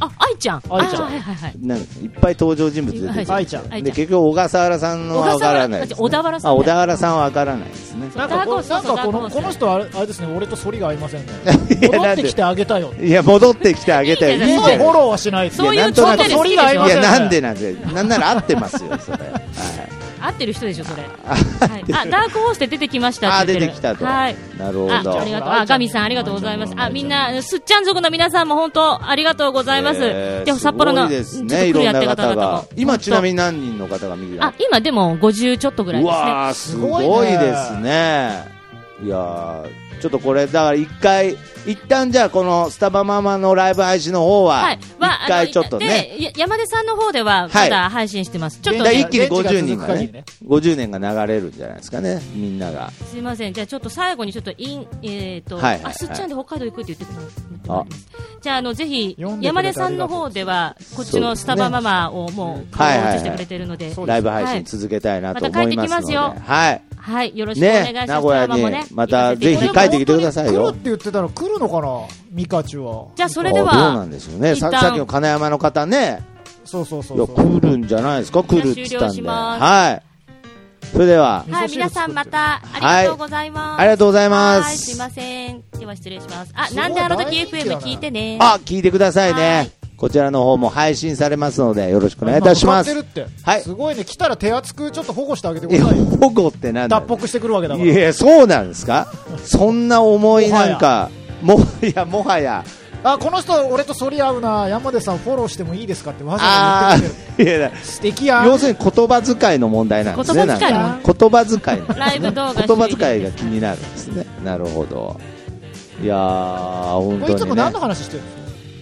S2: あ、愛ちゃん。
S3: 愛ちゃん
S2: あはいはいはい。
S1: なんかいっぱい登場人物出て
S2: は
S1: て
S3: 愛ちゃん
S2: 愛ち
S1: で
S2: ゃん
S1: 結局小笠原さんのはわからないですね
S2: 小笠原さん
S1: あ小田原さんはわからないで すね
S2: そう
S3: なんかこ
S2: ダークホ
S3: うなん
S2: ースそうそう
S3: か
S2: ダーク
S3: こ
S2: ホー
S3: の
S2: ス
S3: この人はあれあれですね俺と反りが合いませんね
S1: い
S3: 戻
S1: やな
S3: っ
S1: んで
S3: てきてあげたよ
S1: いや戻ってきてあげて
S2: いいじ
S3: いい
S2: ゃ
S3: ね
S2: ない
S3: フォローはしないと
S2: そういう
S1: なん
S2: ち
S1: と
S2: ょ
S1: な
S2: っ
S1: く
S2: と好きでし
S3: 反りが
S2: ょ
S3: 合いま
S1: い
S3: せ
S1: や
S3: ん
S1: なんでなんでなんなら合ってますよそれ、はい、
S2: 合ってる人でしょそれはい、あダークホースで出てきました
S1: あ
S2: っ
S1: ー
S2: て言
S1: 出
S2: って
S1: て
S2: る
S1: きたと、
S2: はい
S1: なるほど
S2: あありがとうあガミさんありがとうございますあみんなすっちゃん族の皆さんも本当ありがとうございます、
S1: えー
S2: でも札幌の
S1: すごいです
S2: ちょっと
S1: ね
S2: 来る
S1: いろん
S2: やっ
S1: な
S2: て方
S1: 方
S2: 々
S1: が
S2: も
S1: 今ちなみ
S2: に
S1: に何人の方が見てる
S2: あ今でも50ちょっとぐらいうですね
S1: わーすごいですねいやーちょっとこれだから一回一旦じゃあこのスタバママのライブ配信の方は
S2: はい
S1: 一、
S2: はあの
S1: 回ちょっとね、
S2: でや山出さんの方ではまだ配信してます、ちょっと
S1: だ
S3: は
S1: から
S3: い
S1: 一気に50人が
S3: レンジ
S1: ね
S3: が
S1: 50年が流れるんじゃないですかねみんなが
S2: すいません、じゃあちょっと最後にちょっとイン、えっ、と、
S1: はいはいはい
S2: あ、すっちゃんで北海道行くって言ってくの。じゃあ、あの、ぜひ
S3: 呼んでくれ、て
S2: 山根さんの方では、こっちのスタバママをもう、
S1: はい
S2: 顔を
S1: はいはい
S2: してくれてるので、
S1: ライブ配
S2: は
S1: 信
S2: い
S1: 続けたいな
S2: ま
S1: と
S2: た帰っ
S1: 思
S2: て
S1: い
S2: きま
S1: ますの
S2: す
S1: で、
S2: よ
S1: はい
S2: はい、よろしくお願いしま
S1: ね
S2: す。
S1: 名古屋
S2: スタバママもね
S1: にまたぜ
S2: 行
S1: ひ
S2: かせ
S1: 帰
S2: だ
S1: っ
S2: き
S1: てきてください
S3: 来る
S1: よ
S3: って言ってたら来るのかなミカチュウは
S2: じゃあ、そ
S1: あ
S2: れで
S1: どうな
S2: は
S1: ん、でしょうねさ
S2: 一旦
S1: さっきの金山の方ね
S3: そうそうそ
S1: いうや
S3: そう
S1: 来るんじゃないですか来るって言った
S2: 終
S1: ん
S2: 了し
S1: で
S2: ます
S1: はいそれでは
S2: はい、皆さんまた、ありがとうございます。
S1: ありがとうございます
S2: はい、すいません。では失礼します。あ、
S3: すごい
S2: なんであの時
S3: 大人気だ
S2: FM
S3: な
S2: 聞いてね。
S1: あ、聞いてください
S2: は
S1: ね
S2: い。
S1: こちらの方も配信されますので、よろしくお願いいたします
S3: 今。向かってるって、
S1: はい
S3: すごいね来たら手厚くちょっと保護してあげてく
S1: え、
S3: ださいよ
S1: 保護ってなんだ
S3: 脱北してくるわけだか
S1: い
S3: ら
S1: や、そうなんですかそんな思いなんか、もはいや、もはや、
S3: あこの人俺と反り合うな山出さんフォローしてもいいですかってわざわざ
S1: あ
S3: 言ってくれ
S1: ー、いや、
S3: てる素敵や
S1: 要するに言葉遣いの問題なんですね。
S2: 言葉遣い
S1: なんか言葉遣いなんですね
S2: ライブ動画終了
S1: 言葉遣いが気になるんですね。なるほど。いやー、本
S3: こ
S1: 当
S3: れいつ
S1: に
S3: も
S1: ね
S3: 何の。話してるんですか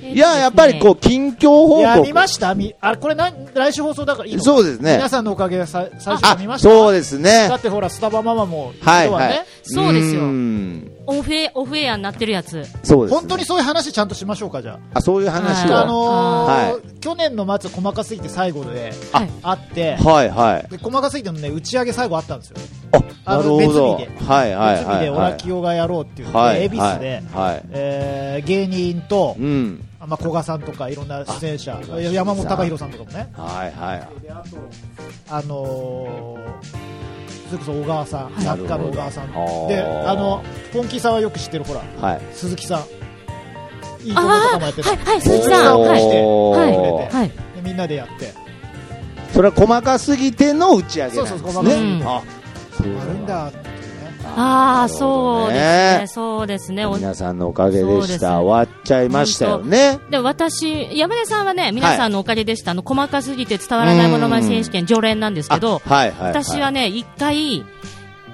S2: えーとですね
S1: いや、やっぱりこう、近況報
S3: いや
S1: 告。
S3: 見ましたみあこれ何来週放送だからいいの
S1: そうですね
S3: 皆。さんのおかげでさ最初から
S1: あ
S3: 見ま、した
S1: そうですね
S3: だ。ってほらスタバママも
S1: はい
S3: 要は
S1: は
S3: ね
S1: い。
S2: そうですよ
S1: ん
S2: オフエ、オフエアになってるやつ。
S1: そうですね
S3: 本当にそういう話ちゃんとしましょうかじゃ
S1: あそういう
S2: は
S1: 話
S2: い
S1: を、
S3: あ、あ
S1: は
S3: のー去年の末細かすぎて最後で
S2: あ
S3: あって
S1: い、はい
S3: で細かすぎてもね打ち上げ最後あったんですよ
S1: あ
S3: あ
S1: な
S3: の
S1: るほど
S3: 別日で
S1: はいはい
S3: 別
S1: は
S3: 日
S1: い
S3: でオ
S1: は
S3: ラ
S1: い
S3: キオがやろうっていうの
S1: は
S3: で
S1: い
S3: 恵比寿で
S1: はいはい
S3: えー芸人と
S1: うん
S3: あまあ古賀さんとかいろんな出演者
S1: あ
S3: 山本隆弘さんとかもね
S1: はいは
S3: あのーそれこそ小川さん、
S1: い
S3: 作家の小川さん
S1: なるほど
S3: で
S1: あー
S3: あのポンキーさんはよく知ってるほら
S1: いはい
S3: 鈴木さんいい
S2: あ
S3: ともとか
S2: あ
S3: もやっ
S2: ー、
S3: てた
S2: はい、はい、
S3: 鈴
S2: 鈴木
S3: 木さ
S2: さん。
S3: んを
S2: はい
S3: 来。て
S1: お
S3: ー
S1: ー
S2: はい。
S3: でみんなでやって
S1: それは細かすぎての打ち上げなんですね
S3: そうそう細かす
S2: ぎて
S1: あそう
S3: あるんだってね
S1: あ
S2: ああ、そうですね。そうですね。お
S1: 皆さんのおかげ
S2: そうで
S1: でし
S2: すね
S1: た。終わっちゃいましたよね。
S2: で私、山根さんはね、皆さんのおかげでした、あの、細かすぎて伝わらないものまね選手権常連なんですけど、
S1: あはいはい、はい。
S2: 私はね、一回、い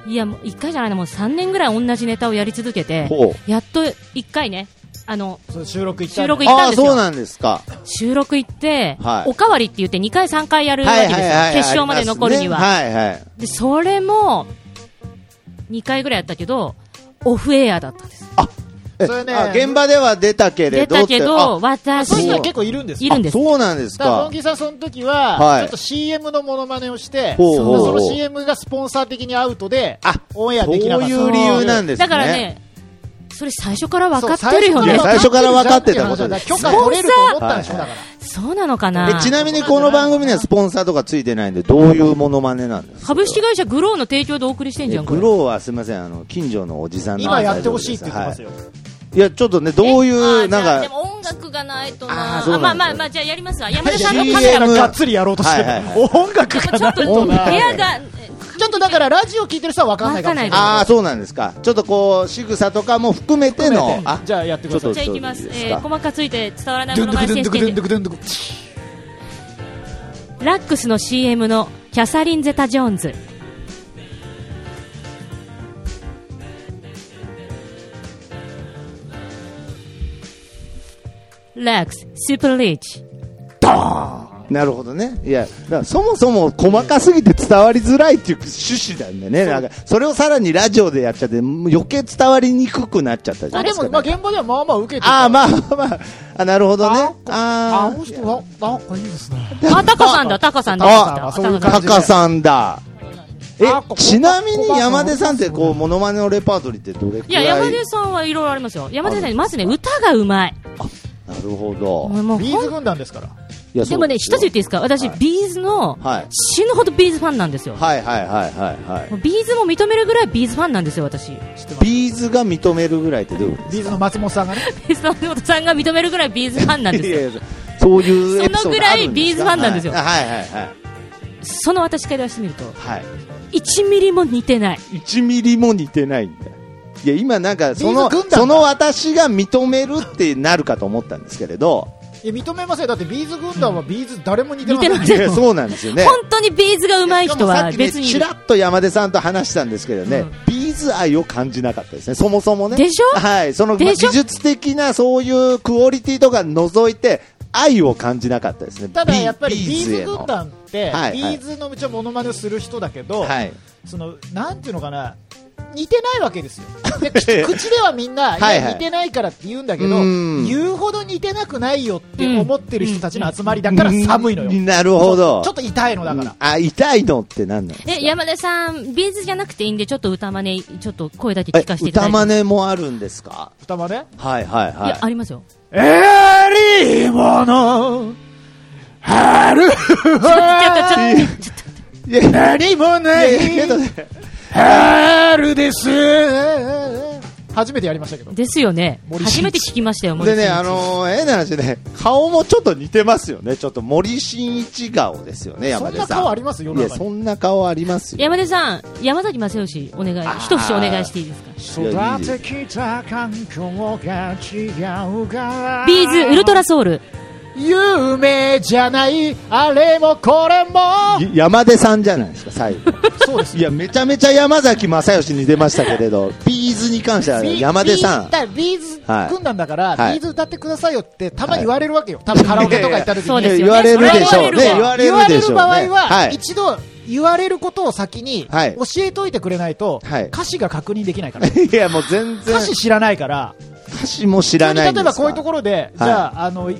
S2: や、もう一回じゃないな、もう3年ぐらい同じネタをやり続けて、
S1: ほう。
S2: やっと一回ね、あの、
S3: その収録行った
S2: 収録行っ
S1: あ
S2: たん
S1: あ、
S2: ですよ
S1: そうなんですか。
S2: 収録行って、
S1: はい
S2: おかわりって言って2回3回やるわけですよ。決勝まで残るには。
S1: ありますねはいはい。
S2: で、それも、2回ぐらいやったけど、オフエアだったんです。
S1: え
S3: それね
S1: あ現場では出たけ
S2: 出
S1: れど
S2: た
S1: って
S2: けど、私
S3: そういう人は結構いるんです
S2: い
S3: よ
S2: るんで
S1: あ
S2: す
S1: そうなんです
S3: だから
S1: か
S3: ドン。キーさん、その時は、
S1: はい
S3: ちょっと CM のモノマネをして、
S1: ほうほう
S3: その CM がスポンサー的にアウトで
S1: あ、
S3: オンエア
S1: そう
S3: できなかった。
S1: いう理由なんですね。
S2: だからね、それ最初から分かってるよ
S1: い
S2: ね
S1: や。最初から分かってたこと
S3: だ
S1: で
S3: から
S1: す
S3: 許可取れると思ったんでしょ、
S1: スポン
S3: だか
S1: サー
S3: ら。
S2: そうなのかな
S1: えちなみにこの番組にはスポンサーとかついてないんで、どういうモノマネなんですか
S2: 株式会社グローの提供でお送りしてんじゃん、こ
S1: グ
S2: れ。
S1: ローはすみません、あの、近所のおじさんなんで
S3: 今やってほしいって言ってます
S1: よ。
S3: よ。
S1: はいいや、ちょっとね、どうい
S2: えあ
S1: う、
S2: ーじゃあ
S1: なん
S2: で
S1: か、
S2: も音楽がないと
S1: あー
S2: な。
S1: そう
S2: あまあ
S1: なんだ
S2: まあまあ、じゃあやりますわ。山田さんのカ
S1: CM
S2: メラが
S3: ががっつりやろうとしてる。
S1: はいはいは
S3: 音楽
S2: ち
S3: が
S2: ょっ
S3: ない。
S2: と部屋が、
S3: ちょっとだからラジオ聞いてる人は分かんないかもしれ
S2: わかん
S3: ない。
S1: ああ、そうなんですか。ちょっとこう、仕草とかも含めての、あ、
S3: じゃあやってください。
S2: じゃあいきます。
S1: そうです
S2: え
S1: か
S2: ー、細かついて伝わらないものまね選手権で、
S3: ドゥンドゥク
S2: ラックスの CM のキャサリン・ゼタ・ジョーンズ。ラックス、スーパーリーチ。
S1: なるほどね。いや、だからそもそも細かすぎて伝わりづらいっていう趣旨なんでね。なんか、それをさらにラジオでやっちゃって、余計伝わりにくくなっちゃったじゃ
S3: あ
S1: な
S3: で
S1: いですか、
S3: も、まあ現場ではまあまあ受けて
S1: ああ、
S3: あ、
S1: まあまあまあ。あ、なるほどね。
S3: あ
S1: あ
S3: の人は、なんかいいですね。
S2: あ、タカさんだ、タカさんだ。
S3: あ
S2: タカさんだ
S1: あ、タカさんだ。
S3: あこ
S1: え、
S3: こ
S1: ちなみに山出さんってこう、モノマネのレパートリーってどれく
S2: い
S1: ら
S2: や、
S1: い
S2: 山根さんはいろいろありますよ。山根さん、まずね、歌がうまい。
S1: なるほど。
S2: もう
S3: ビーズ
S2: ほん
S3: 軍団ですから。
S1: いや
S2: でもね、一つ言っていいですか私、
S1: はい
S2: ビーズの
S1: はい、
S2: 死ぬほどビーズファンなんですよ。
S1: はいはいはいはいはい。
S2: もうビーズも認めるぐらいビーズファンなんですよ、私。
S3: 知ってます。
S1: ビーズが認めるぐらいってどういうこと
S3: ビーズの松本さんがね。
S2: ビーズの松本さんが認めるぐらいビーズファンなんです
S1: いやい
S2: よ。
S1: やそういうエピソ
S2: そのぐ
S1: ード
S2: ら
S1: あ
S2: い
S1: るんですか
S2: ビーズファンなんですよ
S1: はいはいはい
S2: その私から言わせてみると、
S1: はい。はい
S2: 1ミリも似てない。
S1: 1ミリも似てないんだよいや今なんかその
S3: ビーズ軍団だ
S1: その私が認めるってなるかと思ったんですけれど
S3: いや、認めませんよ。だってビーズ軍団はビーズ誰も似て
S2: 似
S3: ま
S2: て
S3: せん
S2: ま
S1: い
S2: せん
S1: や。そうなんですよね
S2: 本当にビーズがうまい人は
S1: しかもさっきね
S2: 別にい
S1: ち
S2: る
S1: ら。っと山出さんと話したんですけどね、
S2: うん
S1: ビーズ愛を感じなかったですねそもそもね
S2: でしょ
S1: はいそのまあ
S2: でしょ
S1: 技術的なそういうクオリティとか除いて愛を感じなかったですね
S3: ただやっぱりビー
S1: へ
S3: ズ
S1: の
S3: 軍団って、
S1: はい
S3: ビーズのうちはモノマネをする人だけど、
S1: はい
S3: そのなんていうのかな似てないわけですよ で口口ではみんな、いや
S1: はいはい
S3: 似てないからって言うんだけど
S1: うん
S3: 言うほど似てなくないよって思ってる人たちの集まりだから寒いのよ、
S1: うんなるほど
S3: ちょっと痛いのだから、
S1: うんあ痛いのって何なんですか
S2: え、山根さん、ビーズじゃなくていいんで、ちょっと歌真似、ちょっと声だけ聞かせていただ
S1: 歌
S2: いて。
S1: 真似もあるんですか
S3: 二間ね
S1: はいはい
S2: い
S1: はい
S2: や、ありますよ。
S3: えりものある
S2: ちょっと、ちょっと、
S1: いやいや
S3: 何もない
S1: やけどね
S3: 春です初めてやりましたけど
S2: ですよね。
S3: 森進
S2: 初
S3: 一
S2: めて聞きましたよ、森
S1: で
S2: 進
S1: ね、
S2: 一
S1: あのー、変な話ね、顔もちょっと似てますよね。ちょっと森進一顔ですよね、
S3: そ
S1: 山
S3: ん
S1: 田さん。
S3: な顔あります世
S1: い
S3: の
S1: や、
S3: 中に
S1: そんな顔ありますよ。
S2: 山根さん、山崎正義、お願い、
S1: ー
S2: 一節お願いしていいですか。
S1: やいい
S3: 育てきた環境が違うから
S2: ビーズ、ウルトラソウル。
S3: 有名じゃないあれもこれも
S1: い山出さんじゃないですか、最後。
S3: そうです
S1: いや、めちゃめちゃ山崎正義に出ましたけれど、 ビーズに関しては山出さん。
S3: ビーズ
S1: はい
S3: 軍団だから、
S1: はい
S3: ビーズ歌ってくださいよってたまに言われるわけよ、多分カラオケとか行った時に
S2: そうです
S1: 言
S2: よ
S1: わ
S2: ね
S1: れるでしょう
S2: そ
S1: ね。
S2: れ
S1: 言
S2: は
S1: わ
S3: 言わ
S1: れる
S3: れ
S1: でし
S3: る
S1: ょうね。
S3: 場合は、
S1: はい。
S3: 一度言われることを先に、
S1: はい
S3: 教えといてくれないと、
S1: はい
S3: 歌詞が確認できない から
S1: いや、もう全然
S3: 歌、詞知らないから
S1: 歌詞も知らないん
S3: 例
S1: で
S3: え
S1: すか
S3: ばこういうところで、じゃああのい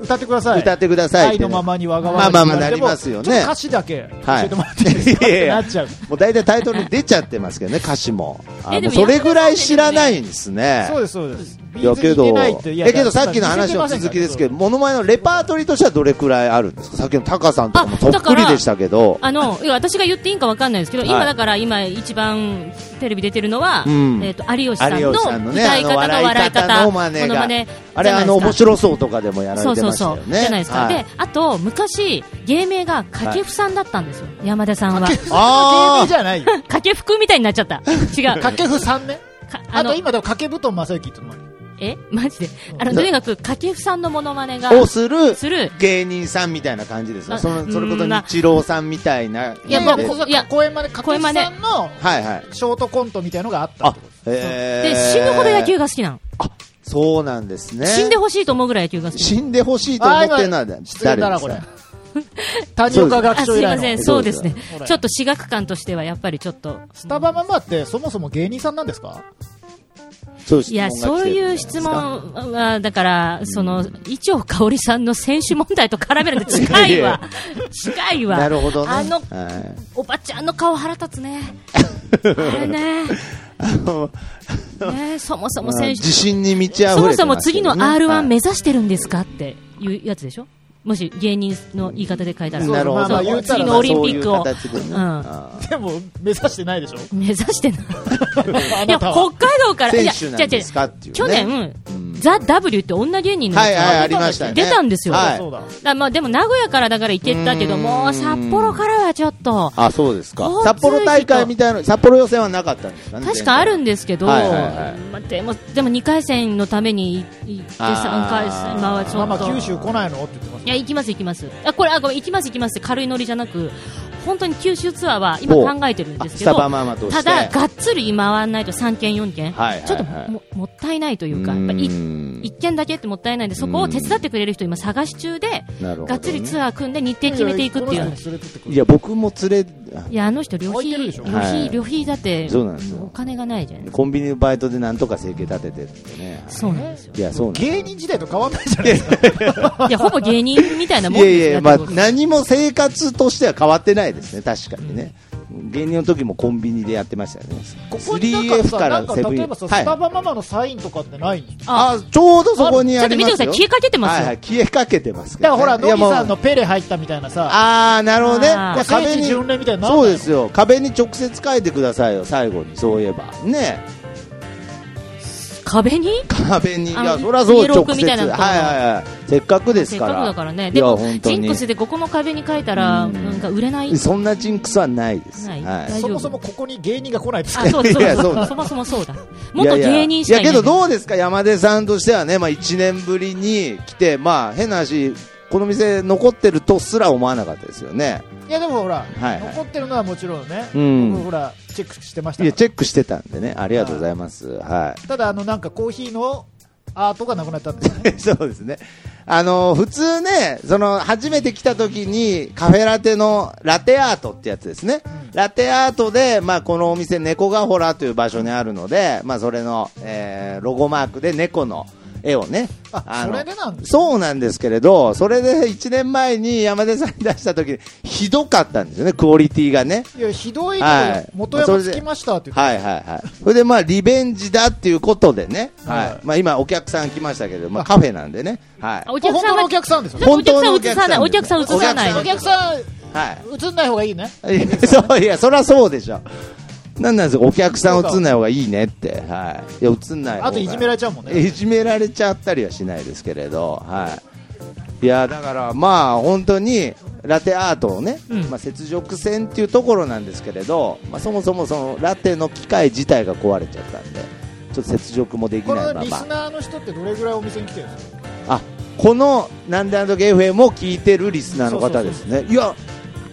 S3: 歌ってください
S1: 歌ってくださいって
S3: 愛
S1: ね
S3: のままにわが
S1: まあ
S3: わ
S1: ま
S3: が
S1: あまあ
S3: 言われても
S1: なりますよね
S3: ちょっと歌詞だけ教えてもらっていいですかっ
S1: はい
S3: てなっちゃう
S1: もう大体タイトルに出ちゃってますけどね、歌詞も。あ
S2: えで
S1: もう
S2: も
S1: それぐらい知らないんですね。
S3: そうですそうです
S1: いやけ
S3: ビーズ似て
S1: ど、
S3: ないっていや
S1: えけどさっきの話の続きですけど、モノマネのレパートリーとしてはどれくらいあるんですかさっきのタカさんとかも
S2: あ
S1: とっ
S2: だか
S1: く
S2: ら
S1: りでしたけど。
S2: あの、いや私が言っていいんかわかんないですけど、
S1: はい
S2: 今だから今一番テレビ出てるのは、
S1: うん
S2: えっ、と、有吉さんの
S1: 有吉さんのね
S2: 歌い方の
S1: あの
S2: 笑い
S1: 笑い方
S2: 方、
S1: の真似が
S2: モノマネ
S1: あ
S2: じ
S1: れ、
S2: ゃないで
S1: あ
S2: す
S1: の、
S2: か
S1: 面白そうとかでもやら
S2: そ
S1: れ
S2: う
S1: て
S2: そう
S1: ました
S2: そ
S1: よ
S2: う、
S1: ね。
S2: じゃないですか、
S1: はい
S2: であと昔芸名が掛布さんだったんですよ、山田さんは
S3: 掛布
S1: あー
S3: さんの芸名じゃないよ。
S2: 掛布みたいになっちゃった違うか
S3: 掛布さんね。
S2: あ
S3: あ
S2: の
S3: と今でも掛布と正幸ってのもある。
S2: えマジであのとにかく掛布さんのモノマネが
S1: をする
S2: する
S1: 芸人さんみたいな感じですね。
S2: あ
S1: そのそれこそ
S2: うんまあ
S1: 日郎さんみたいな。
S2: いや
S3: で
S2: まあ
S3: 僕
S2: こ
S3: が
S2: いや
S3: 公演まで掛布さんの
S1: はいはい。
S3: ショートコントみたいのがあったっ
S1: あ
S3: てことです、
S1: へー
S2: で死ぬほど野球が好きなの、
S1: そうなんですね。
S2: 死んでほしいと思うぐらい野球が好き
S1: 死んでほしいと思
S3: あ
S1: っ
S3: ー
S1: てるのは
S3: 今失礼だなこれ
S1: 誰ですか
S3: 谷岡
S2: あ
S3: 学長
S2: す
S3: 以
S2: い
S3: 来
S2: ま
S3: の
S2: せんそうですね
S3: ほら
S2: ちょっと私学館としてはやっぱりちょっと
S3: スタバママってそもそも芸人さんなんで すか
S1: そう質
S2: いや、
S1: 問が
S2: そ
S1: 来
S2: う
S1: て
S2: いう
S1: るんじゃなですか
S2: 質問は、だから、その、伊調香織さんの選手問題と絡めるの近いわ。近いわ。
S1: なるほどね。
S2: あの、
S1: はい
S2: おばちゃんの顔腹立つね。あれ ね。ねそもそも選手、
S1: 自信に満ち溢れて
S2: そもそも
S1: ますけ
S2: 次
S1: ど
S2: の
S1: ね
S2: R1 目
S1: はい
S2: 指してるんですかっていうやつでしょもし芸人の言い方で書いたら。
S3: そう
S1: なるほど。
S3: まあまあ言うたら
S2: 次のオリンピックを
S1: そういう形でね
S2: うん
S1: あ
S3: でも目指してないでしょ
S2: 目指してない。
S3: あ
S2: いや、北海
S3: なたは
S2: 道から、
S1: ー
S2: いや、
S1: 選手なんで
S2: 違う違う
S1: すかっていうね。
S2: 去年、
S1: ん
S2: ザ・ W って女芸人の
S1: はいはい、あ
S2: やつ
S1: り
S2: が
S1: ましたね。
S2: 出たんですよ。
S1: はい
S3: そうだ
S2: だまあでも名古屋からだから行けたけど
S1: うーん
S2: もう札幌からはちょっと
S1: あ、そうですか
S2: 交。通費と
S1: 札幌大会みたいな、札幌予選はなかったんですかね。
S2: 確かあるん
S1: で。
S2: ですけど、
S1: はいはいはい
S2: まあ、でもでも2回戦のために行って
S1: あー
S2: 3回戦今はちょ
S3: マ
S2: っ
S3: マ
S2: と
S3: 九州来ないのって言ってます
S2: いや行きます行きますあこれあごめん行きます行きます軽いノリじゃなく本当に九州ツアーは今
S1: ほう
S2: 考えてるん
S1: あ
S2: です
S1: ス
S2: け
S1: タ
S2: ど
S1: バママとして。
S2: ただがっつり回らないと3件4件、
S1: はいはいはい
S2: ちょっとももったいないというかやっぱり1
S1: 一
S2: 件だけってもったいないんでそこを手伝ってくれる人今探し中で、
S1: なるほどね
S2: がっつりツアー組んで日程決めていくっていう
S3: ややこの人連れてってくる
S1: いや、僕も連れ、
S2: いやあの人旅
S3: 空い
S2: 費
S3: てるでしょ
S2: 旅
S1: は
S2: 費
S1: い
S2: 旅費だって
S1: そうなんですよ
S2: お金がないじゃないですか
S1: コンビニのバイトでなんとか生計立ててってね。
S2: そうなんですよ
S1: いや、そうなんです
S3: 芸人時代と変わんないじゃない ですか
S2: いやほぼ芸人みたいなもん
S1: いや
S2: です
S1: いや、
S2: よ
S1: まあ
S2: だって、
S1: 何も生活としては変わってないですね、確かにね。芸人の時もコンビニでやってましたよね。
S3: ここになんか
S1: 3F
S3: さ
S1: か
S3: なんか
S1: らセブンイ
S3: 例
S1: レ
S3: え
S1: ブ
S3: ばさ、
S1: ン。は
S3: スタ
S1: い。
S3: バママのサインとかってないんですか
S1: あ、ちょうどそこに
S2: ちょ
S1: あ
S2: っと見
S1: ります
S2: て
S1: よ。
S2: ください消えかけてますよ、
S1: はいはい、消えかけてますけ
S3: だか
S1: ど
S3: ら
S1: ね、
S3: ほら、ノ
S1: いや
S3: リ
S1: もう
S3: さんのペレ入ったみたいなさ、
S1: ああ、なるほどね。
S2: あー
S1: これ
S3: 聖地巡礼みたいにならない
S1: そうですよ。壁に直接書いてくださいよ、最後に。そういえば。ね。
S2: 壁に
S1: 壁に。い
S2: あの
S1: や、そりゃそう、
S2: イエロー
S1: 直
S2: 君
S1: 接。
S2: みた
S1: はい
S2: いな
S1: はい
S2: のとか
S1: はい。せっかくです
S2: せっ
S1: か。
S2: からくだからね
S1: い
S2: で
S1: や
S2: も
S1: 本当
S2: ジン
S1: に
S2: クスでここも壁に書いたら
S1: うん
S2: なんか売れない
S1: そんなジンクスはないです。
S2: ない
S1: はい
S2: 大丈夫
S3: そもそもここに芸人が来ないですか
S2: あそうだ
S1: いや
S2: そ
S1: そうう
S2: だ
S1: だ
S2: そもそもそうだ元芸人し
S1: いや
S2: か
S1: い
S2: い
S1: や
S2: ない
S1: けどどうですか山出さんとしてはね、まあ、1年ぶりに来てまあ変な話この店残ってるとすら思わなかったですよね
S3: いやでもほら、
S1: はい
S3: 残ってるのはもちろんね、
S1: うん
S3: 僕ほらチェックしてましたか
S1: いや
S3: ら
S1: チェックしてたんでねありがとうござい ますは
S3: ただあのなんかコーヒーのアートがなくなったんですよね
S1: いそうですねあの普通ねその初めて来た時にカフェラテのラテアートってやつですね、ラテアートで、まあ、このお店猫がほらという場所にあるので、まあ、それの、えーロゴマークで猫の絵をね
S3: あ
S1: の
S3: それでなんです
S1: そうなんですけれど、それで1年前に山出さんに出した時にひどかったんですよね、クオリティがね。
S3: いやひどいの
S1: は
S3: よ
S1: い
S3: 元山つきましたって言って、
S1: はいはいはい。それでまあ、リベンジだっていうことでね、
S3: は
S1: はいい。まあ今お客さん来ましたけど、まあカフェなんでね、は
S2: あ
S1: い。
S2: お客
S3: 本
S2: さん
S3: 当
S2: が
S3: のお客さんですよね
S2: お客さん映さないお
S1: 本
S2: 客さ
S1: 当
S2: ん
S1: の
S2: 映さない
S3: お客さん
S1: はい。
S3: 映んない方がいいね
S1: い やそういや、そりゃそうでしょ。なんなんですか、お客さん映んない方がいいねって。はい。いや、映んない方が
S3: あといじめられちゃうもんね
S1: いじめられちゃったりはしないですけれど、はい。いや、だからまあ、本当に、ラテアートをね、
S2: うん
S1: まあ、雪辱戦っていうところなんですけれど、まあ、そもそもそのラテの機械自体が壊れちゃったんで、ちょっと雪辱もでき
S3: こ
S1: な
S3: の
S1: いま
S3: リス
S1: ま。
S3: ナーの人ってどれぐらいお店に来てるんですか
S1: あ、この、なんであの時 FM を聞いてるリスナーの方ですね。いや、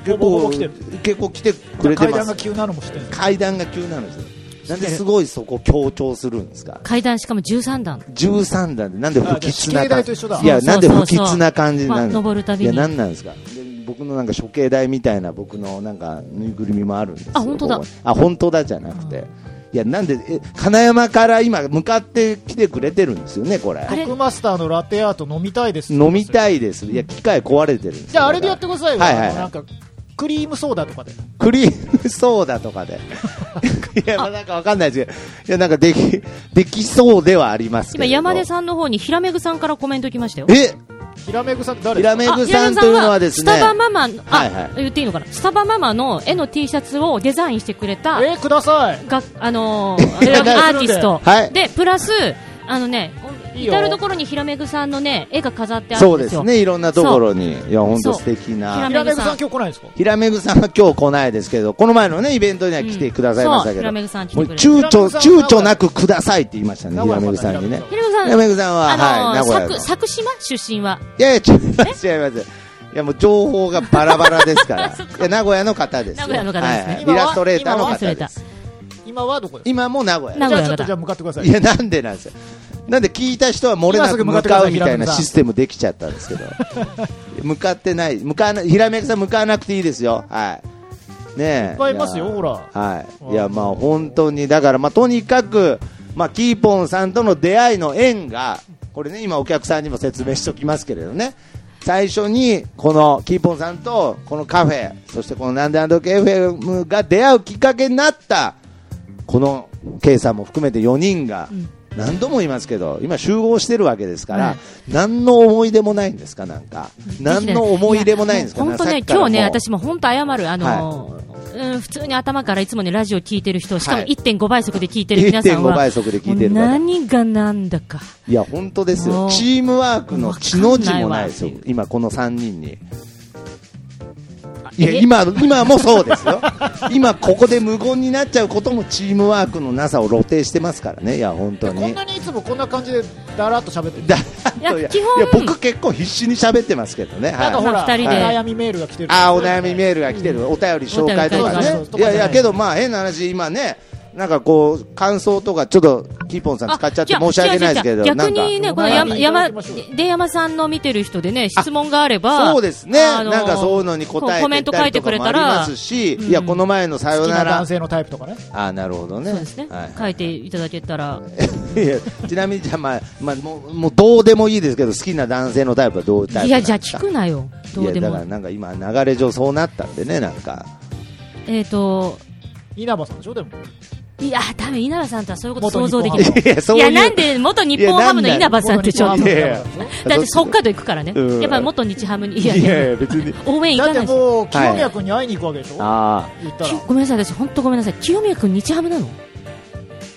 S1: 結
S3: ほぼほぼ
S1: 構、
S3: 来てる
S1: 結構来てくれて
S3: 階
S1: ま
S3: 段
S1: す
S3: が。急なのも知ってるんですか
S1: 階段が急なんですよなんですごいそこ強調するんですか
S2: 階段しかも13段
S1: 13段でなんで不吉な
S3: あじゃあ死刑台と
S1: 感じ
S3: 一緒だ
S1: いや
S2: そうそ
S1: な
S2: うんそ
S1: で
S2: う
S1: 不吉な感じになる
S2: まあ登るたびに
S1: いやなんなんですかで僕のなんか処刑台みたいな僕のなんかぬいぐるみもあるんですよ
S2: あ本当だ
S1: ここにあ本当だじゃなくていやなんでえ金山から今向かって来てくれてるんですよねこれ
S2: あれ
S3: ブックマスターのラテアート飲みたいです
S1: 飲み
S3: い
S1: たいですいや機械壊れてるんですよ
S3: じゃああれでやってくださいよ、
S1: はいはい
S3: あのなんかクリームソーダとかで
S1: クリームソーダ とかで。いや、まあなんかわかんないですけど、いや、なんかでき、できそうではありますけ
S2: 今
S1: ど。
S2: 山出さんの方にひらめぐさんからコメント来ましたよ
S1: え
S3: ひらめぐさんって誰
S1: ひらめぐさんというのはですね
S2: あ平野さんはスタバママの、あ、
S1: はいはい
S2: 言っていいのかな、スタバママの絵の T シャツをデザインしてくれた、
S3: えー、ください。
S2: があの
S1: い
S2: ー、
S1: や
S2: アーティスト、
S1: はい
S2: でプラス、あのね、
S3: いいよ
S2: 至る所にひらめぐさんの、ね、絵が飾ってある
S1: そ
S2: ん
S1: う
S2: で
S1: ですす
S2: よ。
S1: ね、いろんなところに。いや、本
S2: そ
S1: 当
S2: う
S1: 素敵
S2: ひ
S1: な
S2: ら。
S3: ひらめぐさん今日来ないんですか
S1: ひらめぐさんは今日来ないですけど、この前のね、イベントには来てくださいました
S2: そう
S1: け
S2: ひら
S1: ど、
S2: めぐさん来
S1: も
S2: てく
S1: う
S2: れる。
S1: 躊躇、
S3: ひらめぐ
S1: 躊
S3: さん
S1: 躇なくくださいって言いましたね、
S3: 名
S1: ひ
S3: 古
S1: ら
S3: 屋
S1: めぐさんにね
S3: ま。
S2: ひらめぐさん
S1: ひらめぐさんは、はい、
S2: あ
S1: 名
S2: のー
S1: 古屋の。
S2: 佐久佐久島出身は。
S1: いやい や、違います、違います。いや、もう情報がバラバラですから。い
S2: そっか
S1: や、名古屋の方ですよ。
S2: 名古屋の方ですね
S1: はいイ
S3: 今は
S1: ラストレーターの
S2: 今
S1: 方
S2: は
S1: です。
S3: 今はどこです
S1: 今も名古
S2: 名
S1: 屋。
S2: 古
S3: じ
S2: 屋の方
S3: ゃあちょっとじゃあ向かってください。
S1: いや、なんでなんですよ。なんで聞いた人は漏れな
S3: 今す
S1: く
S3: ぐ向か
S1: 向
S3: ってくだ
S1: か
S3: さ
S1: う
S3: い
S1: みたいな
S3: 平野さん
S1: システムできちゃったん ですけど。向かってない。向かわな、ひらめくさん向かわなくていいですよ。はい。ねえ。
S3: いっぱいいますよ
S1: や
S3: ほら
S1: はい。
S3: うん
S1: いや、まあ本当に、だからまあとにかく、まあキーポンさんとの出会いの縁が、これね、今お客さんにも説明しておきますけれどね。最初に、このキーポンさんと、このカフェ、そしてこのなんであんどけ FM が出会うきっかけになった、この K さんも含めて4人が、何度も言いますけど、今集合してるわけですから、
S2: はい
S1: 何の思い出もないんですか、なんか。何の思い出もないんですか、
S2: 本当ね、
S1: さっきから
S2: 今日ね、
S1: もう
S2: 私も本当謝る、あのーうん、普通に頭からいつもね、ラジオ聞いてる人、しかも
S1: はい
S2: 1.5倍速で聞いてる皆さんは、
S1: 1.5倍速で聞いてる
S2: も
S1: 方
S2: う何がなんだか、
S1: いや、本当です
S2: も
S1: よ。
S2: う
S1: チームワークの血の字もないですよ
S2: わかんないわ。
S1: 今、この3人に。い
S2: え
S1: や、今、今もそうですよ。今、ここで無言になっちゃうこともチームワークのなさを露呈してますからね。いや、本当
S3: こん
S1: に。
S3: なにいつもこんな感じでだらっと喋ってる。
S1: だい
S2: いや基本
S1: いや、僕結構必死に喋ってますけどね。
S3: なんか
S1: は
S3: ほ
S1: い。
S3: ら、
S2: まあ二人
S1: で
S3: お悩みメールが来てる。
S1: あーお悩みメールが来てる、お便り紹介とか
S3: お便
S1: ね
S3: りと。か
S1: いやいや、けど、まあ、変な話、今ね、なんかこう、感想とか、ちょっと、キーポンさん使っちゃって申し訳ないですけど、
S2: じゃあ
S1: な
S2: 逆
S1: んか。
S2: にね、この
S3: な
S2: 山、
S3: んか
S2: 山、
S3: 行きましょ
S2: で、山さんの見てる人でね、質問があれば、
S1: そうですね、
S2: あのー
S1: なんかそういうのに答え
S2: コメン
S1: て
S2: ト
S1: た
S2: 書
S1: り
S2: いて
S1: と
S2: く
S1: か
S2: れ
S1: もあ
S2: た
S1: りま
S2: ら、
S1: すし、いやこの前の「さ
S3: 好
S1: よ
S3: き
S1: な
S3: な
S1: ら
S3: 男」性のタイプとかね。
S1: あーなるほどね
S2: そうですね、
S1: はい
S2: 書いていただけたら、
S1: いやちなみにじゃあ、まあまあ、もうもうどうでもいいですけど好きな男性のタイプはどういうタイプ
S2: いや、
S1: なんです
S2: じゃ
S1: か
S2: あ聞くなよ、どうで
S1: いやだか
S2: も
S1: ら。なんか今流れ上そうなったんでねなんか
S2: えっ、と、
S3: 稲葉さんでしょ、でも。
S2: いや、多分稲葉さんとはそういうこと
S3: 元
S2: 想
S3: 日本
S2: 像できな
S3: ハム
S2: い。
S1: いやそう
S2: い
S1: いう
S2: や、なんで元日本ハムの稲葉さんってちょっと。
S1: いやいや
S2: だって北海道行くからね、
S1: うん
S2: やっぱり元日ハムに、い
S1: いや
S2: や
S1: い
S2: い
S1: やい
S2: や、
S1: や別に
S2: 応援行
S3: だ
S2: か
S3: っ
S2: な
S3: て
S2: いし、
S3: もう、清宮君に会いに行くわけでしょ
S1: あ
S3: 言ったら
S2: き。ごめんなさい、私、本当ごめんなさい、清宮君、日ハムなの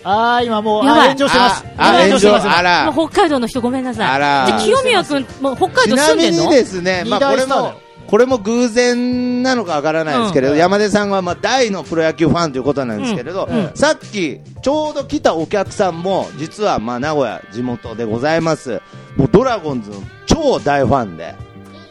S3: あー、今もう、
S2: やば
S3: あ
S2: い
S3: 炎上
S1: あ
S3: してます。
S1: ああ炎上
S3: してま
S1: あら
S2: もう北海道の人、ごめんなさい、
S1: あら
S2: じゃあ清宮君、もう北海
S1: ち
S2: 道
S1: な
S2: 住ん
S1: み
S2: でんの
S1: にですね、まあ、これ
S3: 二大スターだ
S1: も
S3: よ
S1: これも偶然なのかわからないですけれど、
S3: うん
S1: 山出さんはまあ大のプロ野球ファンということなんですけれど、
S3: うんうん。
S1: さっきちょうど来たお客さんも実はまあ名古屋地元でございますもうドラゴンズの超大ファンです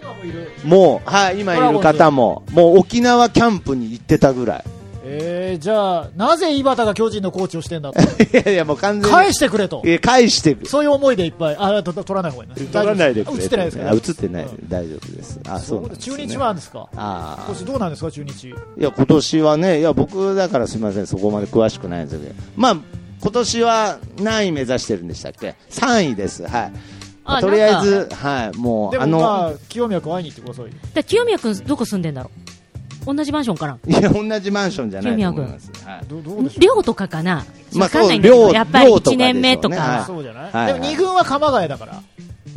S3: 今もいる。
S1: もう、はい、今いる方ももう沖縄キャンプに行ってたぐらい
S3: えー、じゃあ、なぜ井端が巨人のコーチをしてん だと。
S1: いやいやもう完全に
S3: 返してくれと。
S1: え返してく
S3: そういう思いでいっぱい。あ、と取らない方がいい
S1: 取らないでくれ
S3: 映ってないですから
S1: あ映ってない、
S3: うん
S1: 大丈夫ですあそ
S3: そうう
S1: なん
S3: だ
S1: です、
S3: 中
S1: ね、
S3: 日はなんですか
S1: あー
S3: 今年どうなんですか、中日。
S1: いや今年はね、いや僕だからすみません、そこまで詳しくないんですけど、まあ今年は何位目指してるんでしたっけ、3位です、はい、
S2: あ
S1: とりあえ
S2: な
S1: ず、はい、もう、
S3: で
S1: あ
S3: も
S1: の、
S3: まあ、清宮君会いに行ってくださいよ。
S2: だから清宮君、どこ住んでんだろう、同じマンションかな、
S1: いや、同じマンションじゃないと思います、はい、
S3: どどうでしょう
S2: 寮とかかな、
S1: まあ
S2: わかんないんだけ
S1: そう
S2: ど、
S1: 寮
S2: やっぱり
S1: 寮とかでしょう
S2: 1
S1: ね
S2: 年目と
S1: はい
S2: か、
S3: そうじゃない、
S1: はい
S3: でも二軍は鎌ヶ谷だから、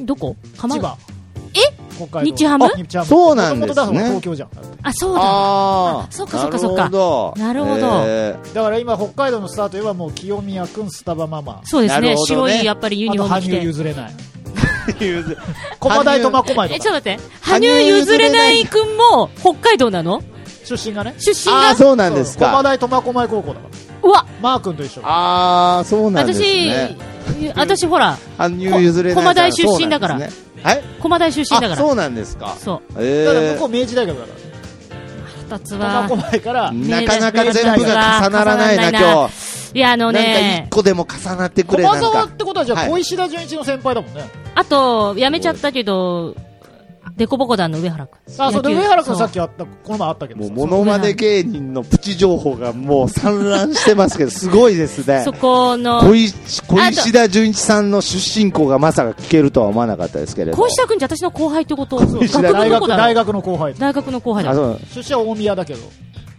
S2: どこ浜
S3: 千葉、
S2: え
S3: 北海道、
S2: 日ハム
S3: 日ハム
S1: そうなんで
S3: 元々
S1: すね
S3: だから東京じゃん。だって
S2: あ、そうだ、
S1: あー
S2: あそっかそっかそっか
S1: な
S2: な
S1: る
S2: る
S1: ほ
S2: ほ
S1: ど
S2: ど
S1: え
S3: だから今、北海道のスターといえば、もう清宮君、スタバママ、
S2: そうです
S1: なる
S2: ね、
S1: ほど
S2: 白
S1: ね
S2: いやっぱりユ
S3: あ
S2: ニフォ
S3: と
S2: ーム
S3: 羽
S2: 着
S3: 生
S2: て。
S3: 譲れない、
S1: ー
S3: 駒大と真駒井
S2: え、
S3: と
S2: ちょ
S3: か、
S2: っと待って。羽生結弦ないくんも北海道なの
S3: 出身がね、
S2: 出身
S1: あ
S2: が
S1: ーそうなんです
S3: 駒
S1: か、
S3: 大と真駒井高校だから、
S2: うわ、
S3: マー君と一緒、
S1: ああそうなんです
S2: 私、
S1: ね、
S2: 私ほら、
S1: 羽生結弦さん
S2: 駒大出身だから
S1: そうなんですねはい
S2: 駒大出身だか
S1: あ
S2: ら。
S1: そ
S2: そう
S1: なんですか
S2: う。、
S1: え
S3: だから
S1: ー
S3: 向こう、明治大学だか
S2: 二つ
S3: ら、
S2: は
S3: 真。駒井から、
S1: なかなか全部が重
S2: 重
S1: ならないな、
S2: ならないな
S1: 今日。
S2: いや、あの
S1: なんか
S2: ね
S1: 一、個でも重なってくれ
S3: 駒
S1: なん
S3: 沢っ
S1: か。
S3: てことは、じゃ
S1: は
S3: あ、
S1: い
S3: 小石田純一の先輩だもんね、
S2: あと、やめちゃったけど、デコボコ団の上原くん。
S3: あそうで
S2: 野球
S3: 上原君、さっ
S2: そ
S3: きあった、この前あったけど
S1: もう
S3: さ、
S1: モノマネ芸人のプチ情報がもう散乱してますけど、すごいです
S2: う
S1: ね
S2: そ。この
S1: 小、石小石田純一さんの出身校がまさか聞けるとは思わなかったですけれど。
S2: 小石田くんじゃ私の後輩ってこと。
S1: 石田
S2: 学部
S3: 大
S2: の子
S3: 学
S2: だ
S3: 大
S2: ろ。
S3: 学の後輩、
S2: 大学の後輩
S1: あ
S2: だ。
S1: そう
S3: 出身は大宮だけど、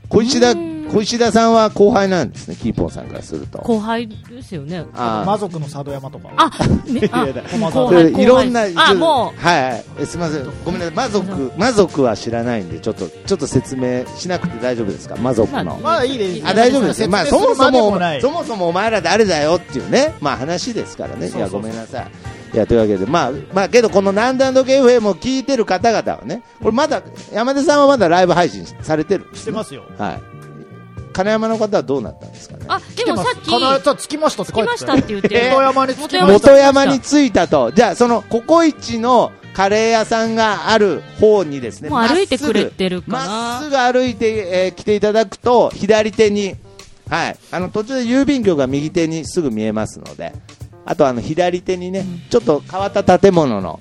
S1: 小石田
S2: うーん
S1: 小石田さんは後輩なんですね、キーポンさんからすると。
S2: 後輩ですよね。
S1: あ
S3: 魔族の佐渡山とか。
S2: あ、ね、あ、
S1: いやだ
S2: 後輩、
S3: そ
S2: 後
S1: それ
S2: 輩。
S1: いろんな、
S2: あ、も
S1: う、はいはいえ、すみません、ごめんなさい、魔族、魔族は知らないんで、ちょっと、ちょっと説明しなくて大丈夫ですか、魔族の。
S3: まあいいです。
S1: あ、大丈夫ですよ、まあ、そもそも、
S3: ない
S1: そもそもお前ら誰だよっていうね、まあ、話ですからね、い
S3: そうそ
S1: や、
S3: うそ
S1: ご
S3: う
S1: めんなさい。いやというわけで、まあ、まあ、けど、このなんだんどけ FM を聞いてる方々はね、これまだ、山手さんはまだライブ配信されてるんで
S3: し
S1: す
S3: て
S1: ね、
S3: ますよ。
S1: はい。金山の方はどうなったんですかね
S2: う、。あ、でもさっき、
S3: 来てます必
S2: 着
S3: ず着きましたって書
S2: き
S3: いて
S2: ましたって言って る。
S3: 元山に着きまし
S2: 元
S3: た。
S1: 元山に着いたと、じゃあ、そのココイチのカレー屋さんがある方にですね、
S2: もう歩いてくれてるかな
S1: まっすぐまっすぐ歩いて、えー来ていただくと、左手に、はい、あの途中で郵便局が右手にすぐ見えますので、あとあの左手にね、ちょっと変わった建物の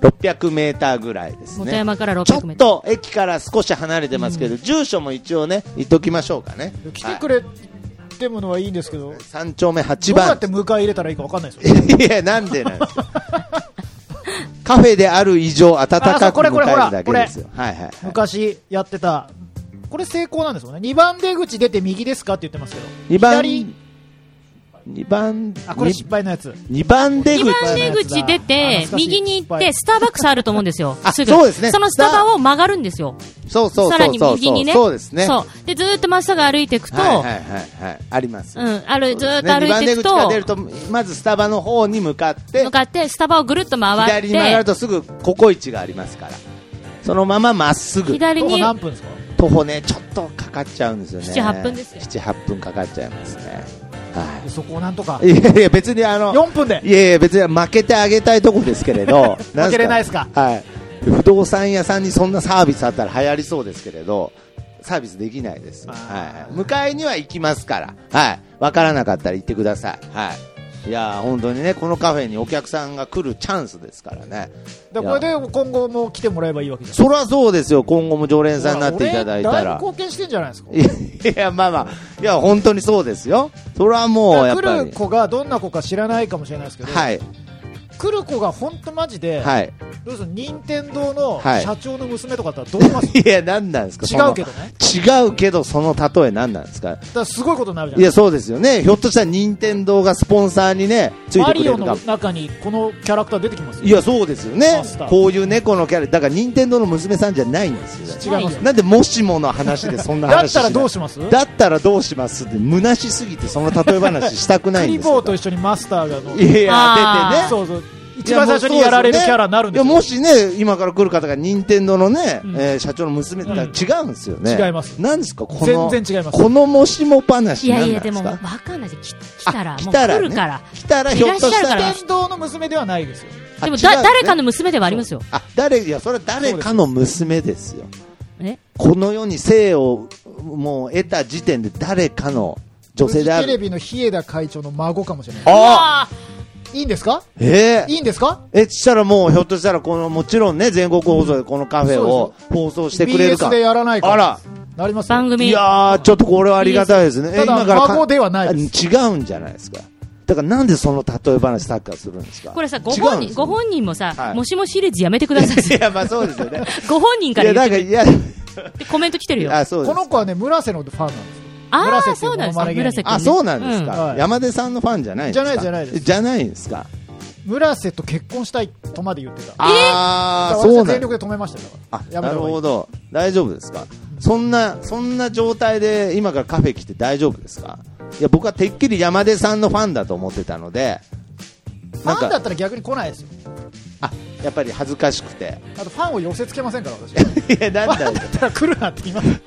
S1: 600メーターぐらいです
S2: 元
S1: ね。
S2: 山から
S1: ちょ
S2: 600メ
S1: っ
S2: ートル。
S1: と駅から少し離れてますけど、住所も一応ね、言っときましょうかね。
S3: 来てくれてものはいいんですけど、ど
S1: 3丁目8
S3: うや
S1: 番
S3: って迎え入れたらいいかわかんないですよ。
S1: いや、なんでなんですか。カフェである以上、温か
S3: あそう
S1: く
S3: これこ
S1: 迎
S3: れ
S1: えるだけ
S3: ほら
S1: ですよ。はいはいはい。
S3: 昔やってた、これ成功なんですよね。2番出口出て右ですかって言ってますけど。
S1: 二番
S3: 左、
S1: 二番、
S3: あ、これ失敗のやつ。
S1: 二番出
S2: 2
S1: 口。
S2: 番出口出
S3: あ
S2: て
S3: 懐、かしい
S2: 右に行っ
S3: は
S2: て、
S3: い
S2: スターバックスあると思うんですよ。
S1: あ
S2: すぐ。
S1: そうですね
S2: そのスタバを曲がるんですよ。
S1: そうそうそうそう。
S2: さらに右にね。
S1: そうですね。
S2: そう。で、ずーっと真っ直ぐ歩いていくと、
S1: はいはいはいはい。あります。
S2: うん、ある、ず
S1: そう
S2: ーっと
S1: ですね
S2: 歩いていくと
S1: 二、番出口から出ると、まずスタバの方に向かって
S2: 向、かって、スタバをぐるっと回っ
S1: 左に曲がる
S2: て、
S1: とすぐココイチがありますから。そのまままっすぐ。
S2: 左
S3: どこ
S2: に、
S3: 何分ですか
S1: 徒歩ね、ちょっとかかっちゃうんですよね。
S2: 7 8分ですよ
S1: 7、8分かかっちゃいますね。は
S3: でそこをなんとか
S1: い。。いやいや、別にあの、
S3: 4分で、
S1: いやいや、別に負けてあげたいとこですけれど
S3: 負けれないですか
S1: んはい。不動産屋さんにそんなサービスあったら流行りそうですけれど、サービスできないです。
S3: あ
S1: はい。迎えには行きますから、はい。わからなかったら行ってください。はい。いやー本当にね、このカフェにお客さんが来るチャンスですからね。
S3: でこれで今後も来てもらえばいいわけじゃん
S1: そりゃそうですよ、今後も常連さんになっていただいた
S3: 俺だいぶ
S1: ら。
S3: 貢献してんじゃないですか
S1: いやいや、まあまあ、いや、本当にそうですよ。それはもう、やっぱ
S3: 来る
S1: り。
S3: 子がどんな子か知らないかもしれないですけど、
S1: はい、
S3: 来る子が本当マジで、
S1: はい。
S3: どうぞ任天堂の
S1: はい
S3: 社長の娘とかだったらどう思います、
S1: いや、なんなんですか、その
S3: 違うけどね
S1: 違うけど、その例え何なんですか
S3: だからすごいことになるじゃ
S1: い
S3: ない
S1: や、そうですよね。ひょっとしたら、任天堂がスポンサーにね、つい
S3: マ
S1: てく
S3: リ
S1: れ
S3: オ
S1: るか
S3: の
S1: も。
S3: 中にこのキャラクター出てきますよ
S1: いや、そうですよね
S3: マスタ。ー
S1: こういう猫のキャラ、だから、任天堂の娘さんじゃないんですよ。
S3: 違います
S1: なんで、もしもの話で そんな
S3: だっ
S1: 話
S3: たらどう
S1: し
S3: します
S1: ないだったらどうしますって、虚しすぎて、その例え話したくな
S3: ク
S1: いん
S3: リ
S1: です
S3: ボ
S1: よ
S3: ーと一緒にマスターがの
S1: いや、出て
S2: あ
S1: ね
S2: ー。
S3: そうそう一番最初にやられるキャラになるんです
S1: い
S3: よ
S1: やもしね今から来る方が任天堂のね、
S2: うん
S1: えー社長の娘だったら違うんですよね、
S3: うん違います
S1: なんですかこの
S3: 全然違います
S1: このもしも話
S2: いや
S1: ないんな
S2: や、
S1: んで
S2: ですも、
S1: か
S2: もうわかんないですよ。来来たら、
S1: あ
S2: もう
S1: 来たら
S2: 来
S1: ね
S2: るから。
S1: 来たらひょっとし
S2: いら
S1: たら
S2: っしゃるか
S3: 任天堂の娘ではないですよ
S1: あ
S2: でも、
S1: 違う
S2: だ、
S1: ん
S2: 誰かの娘ではありますよ。
S1: あ誰いやそれは誰かの娘ですよ
S2: え
S1: この世に生をもう得た時点で誰かの女性であ
S3: フジテレ
S1: る
S3: ビの日枝会長の孫かもしれない
S1: あ
S2: あ
S3: いいんですか
S1: えー
S3: いいんですか
S1: えそしたらもうひょっとしたらこのもちろんね全国放送でこのカフェを放送してくれるか
S3: BS でやらないから
S1: あら
S3: なりますよ
S2: 番組。
S1: いやー、ちょっとこれはありがたいですね。
S3: た
S1: え
S3: だ
S1: か
S3: 孫ではないで
S1: 違うんじゃないですか。だからなんでその例え話サッカーするんですか。
S2: これさ、ご
S1: 違
S2: 本
S1: うんで
S2: 人、
S1: す
S2: ご本人もさ、
S1: はい
S2: もしもシリーズやめてください。
S1: いや、まあそうですよね。
S2: ご本人
S1: い
S2: から
S1: や、
S2: 言っ
S1: な
S2: て
S1: ん
S2: くれ
S1: か、いや、
S2: でコメント来てるよ。あ
S1: あ、そうで
S3: こ
S1: す。
S3: の子はね村瀬のファンなんですよ
S2: あ
S3: 紫
S2: ー、
S3: の
S2: そうなんです
S3: モノ
S2: か。
S3: マネ芸人
S2: 紫。
S1: あ、そうなんです
S2: う
S1: か、
S3: うんはい
S1: 山出さんのファンじゃないんです
S3: じ
S1: か。
S3: ゃないじゃないです
S1: じゃないんですか。
S3: 村瀬と結婚したいとまで言ってた
S1: ああ、
S3: 私は
S1: そうなん
S3: 全力で止めましたよだ
S1: あ
S3: からやめ
S1: な
S3: た
S1: る
S3: 方がいい
S1: ほど大丈夫ですかそんなそんな状態で今からカフェ来て大丈夫ですかいや僕はてっきり山出さんのファンだと思ってたので
S3: フ
S1: なん
S3: ァンだ
S1: か
S3: ったら逆に来ないですよ
S1: あやっぱり恥ずかしくて
S3: あとファンを寄せつけませんから私
S1: いやなん
S3: ファ
S1: だ
S3: ン
S1: よ
S3: だったら来るなって言いますフ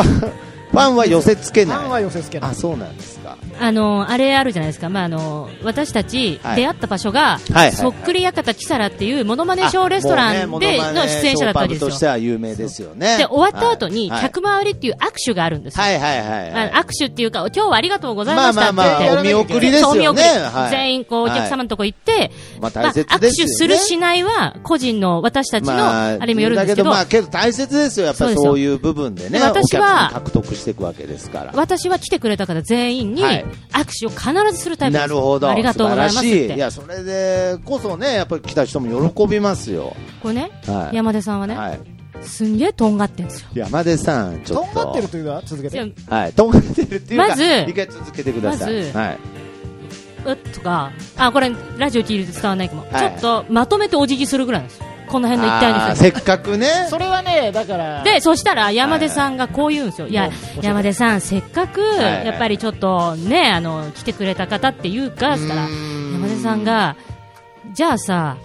S1: ファンファンは寄せつけない。
S3: ァンは寄せつけない
S1: あ、そうなんですか。
S2: あの、あれあるじゃないですか。まあ、あの、私たち
S1: はい
S2: 出会った場所が、
S1: はい
S2: そっくり館キサラっていうモノマネショーレストランで
S1: あも
S2: の
S1: うねモノマネ
S2: 出演者だったわけ
S1: ショーパブと
S2: で
S1: し
S2: す
S1: て
S2: よ。
S1: は有名ですよね。
S2: で、終わった後に、
S1: はい
S2: 客回りっていう握手があるんですよ。
S1: はいはいはいはい。
S2: まあ握手っていうか、今日はありがとうございましたって言って。
S1: まあまあまあ、お見送りです
S2: そうお見
S1: よ
S2: 送
S1: ね。
S2: り
S1: はい
S2: 全員こうお客様のとこ行って、
S1: まあ
S2: まあ
S1: 大切
S2: 握
S1: で
S2: 手
S1: すよね
S2: するしないは個人の私たちの
S1: ま
S2: あれにもよるんですけど、
S1: だけど、まあ、けど大切ですよ。やっぱ
S2: そう
S1: り
S2: ですよ
S1: そういう部分でね、
S2: で私は
S1: お客さん獲得していくわけですから。
S2: 私は来てくれた方全員に
S1: はい
S2: 握手を必ずするタイプです。
S1: なるほど。
S2: ありがとうございますっ
S1: 素晴らしい。い
S2: て。
S1: や、それでこそね、やっぱり来た人も喜びますよ。
S2: これね、
S1: はい。
S2: 山出さんはね、
S1: はい。
S2: すんげえとんがってんですよ。
S1: 山出さん、ちょ
S3: と
S1: っ
S3: ん
S1: と。
S3: がってるというのは続け
S2: じゃ
S3: て。
S1: はい、とんがってるっていうか、
S2: まず
S1: 一回続けてください。
S2: まず
S1: はい。
S2: あうっとか、あ、これ、ラジオ聞いて伝わんないかも。
S1: はい
S2: ちょっと、まとめてお辞儀するぐらいなんですよ。この辺の一体
S1: あー
S2: です
S1: せっかくね。
S3: それはね、だから、
S2: で、そしたら山出さんがこう言うんですよ、いや
S3: もう教え、て
S2: 山出さん、せっかく
S1: いはい
S2: やっぱりちょっとね、あの来てくれた方っていうか、したら
S1: うーん
S2: 山出さんが、じゃあさ、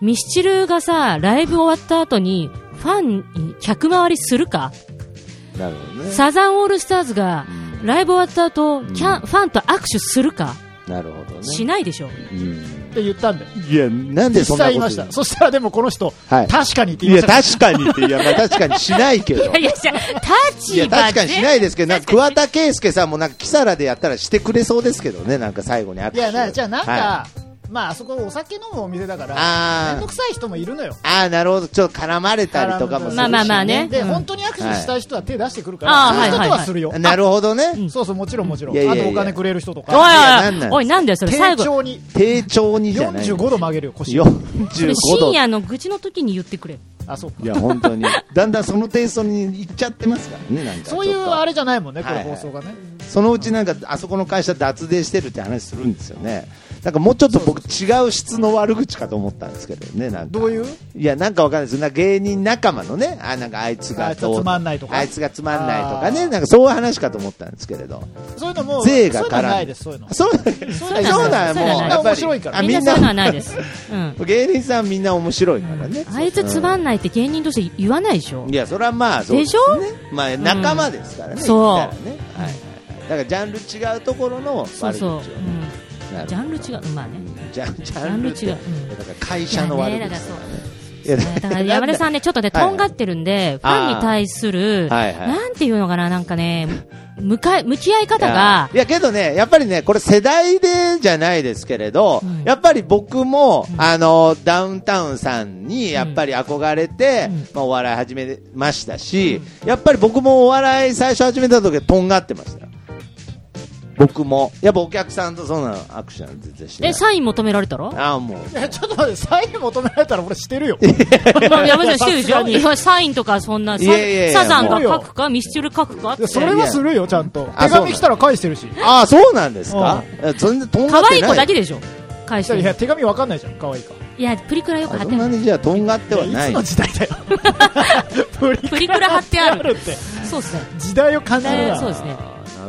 S2: ミスチルがさ、ライブ終わった後に、ファンに客回りするか、
S1: なるほどね。
S2: サザンオールスターズがライブ終わった後キャンファンと握手するか、
S1: なるほどね。
S2: しないでしょ、
S1: うん
S3: って言ったんだよ。
S1: いや、なんでそ
S3: 実際
S1: んなこ
S3: 言い
S1: と
S3: ました。そしたらでもこの人、
S1: はい
S3: 確かにって
S1: い
S3: 言いま
S1: や、
S3: したから。
S1: 確かにって、いや、まあ確かにしないけど。
S2: いやいや、じゃあ
S1: いや
S2: 立場
S1: 確かにしないですけど、なんか桑
S2: 確か
S1: 田佳祐さんもなんかキサラでやったらしてくれそうですけどね、なんか最後に握手
S3: いや、なじゃあなんか、
S1: はい
S3: まあ、あそこお酒飲むお店だから、
S1: あー
S3: めんどくさい人もいるのよ。
S1: ああ、なるほど、ちょっと絡まれたりとかもするし、ね、
S2: まあまあまあね
S3: で、
S2: うん
S3: 本当に握手したい人は手出してくるから、
S2: はい
S3: そういう人と
S2: あーはいはいは
S3: はいするよ。
S1: なるほどね、
S2: ん
S3: そうそう、もちろんもちろん。
S1: いやいやいや
S3: あとお金くれる人と
S2: に
S3: か、
S1: いやなんな
S2: おい
S1: ん
S2: おいおい、なんだよ、それ、最
S3: 店
S2: 後。
S3: 長に
S1: 低調にじゃない
S3: 45度曲げるよ、腰。
S1: 45
S2: 深
S1: 度。
S2: 夜の愚痴の時に言ってくれ
S3: あ、そうか
S1: いや、本当に。だんだんそのテイストに行っちゃってますからね、なんか。
S3: そういうあれじゃないもんね、これ
S1: はいはい
S3: 放送がね。
S1: そのうちなんか、あそこの会社脱税してるって話するんですよね。なんかもうちょっと僕違う質の悪口かと思ったんですけどね、なんか。
S3: どういう
S1: いや、なんかわかんないですなんか芸人仲間のね、あ、なんかあいつ
S3: あ
S1: が
S3: いつはつまんないとか
S1: あいつがつまんないとか
S3: あ
S1: ね、
S3: ー
S1: なんかそういう話かと思ったんですけれど。
S3: そういうのも、
S1: 税が絡んで
S3: そういうのないです、そういうの。
S1: そう、
S2: うなん
S1: そうなん
S2: そうなんみ
S1: もう、
S2: んな
S1: やっぱり
S3: 面白いから
S1: あ
S2: みん
S1: み
S2: なんそういうのは
S1: な、
S2: ない です、うん、
S1: 芸人さんみんな面白いからね。
S2: あいつつまんないって芸人として言わないでしょ
S1: いや、それはまあ、そうですね
S2: で
S1: まあ、仲間ですからね。
S2: そう
S1: 言ったらね。はいはいはい。だから、ジャンル違うところの悪口を
S2: そう
S1: ね。
S2: そう、うん、
S1: なるほど
S2: ジャンル違ううんまあね
S1: ジャンジャ
S2: ャ
S1: ン
S2: ン
S1: ル
S2: ル
S1: 違
S2: 違
S1: う
S2: う
S1: って
S2: うん
S1: いやだから会社の悪口ですからねいや
S2: だから山田さんね、ちょっとね、
S1: はいは
S2: と
S1: い
S2: んがってるんで、フ
S1: あー
S2: ァンに対する、
S1: はいはい
S2: なんていうのかな、なんかね、向かい、向き合い方が
S1: いや、いやけどね、やっぱりね、これ世代でじゃないですけれど、
S2: うん
S1: やっぱり僕も、あの、ダウンタウンさんにやっぱり憧れて、
S2: うん
S1: まあ、お笑い始めましたし、やっぱり僕もお笑い最初始めた時はとんがってましたよ。僕も。やっぱお客さんとそんなの握手なんて絶対してない
S2: え、サイン求められたろ
S1: ああ、もう。
S3: いやちょっと待って、サイン求められたら俺してるよ。
S2: まあ山田さんしてるでし
S3: さすが
S2: ょ
S3: に
S2: いやサインとかそんな、サ
S1: いやいやいや
S2: サザンが書くか、ミスチル書くかっ
S3: い
S2: て
S3: や。それはするよ、ちゃんと。
S1: あ
S3: 手
S1: そうなの
S3: 紙来たら返してるし。
S1: ああ、そうなんですかえ全然とんがっ
S2: 可愛
S1: て
S2: い子
S1: な
S2: だ
S1: い。
S2: けでしょ返し
S3: いや、
S2: て。
S3: 手紙わかんないじゃん、可愛いか。
S2: いや、プリクラよく
S1: あ
S2: 貼っ
S1: そ
S2: て
S1: んな
S2: ある。
S1: にじゃあとんがってはいな
S3: やい
S1: い
S3: つの。時代 だよ。プリ
S2: プリクラ貼って
S3: クラ
S2: あ
S3: あ
S2: る。
S3: るって。
S2: そうですね。
S3: 時代を感じる
S2: ね
S3: な。
S2: そうですね。
S1: な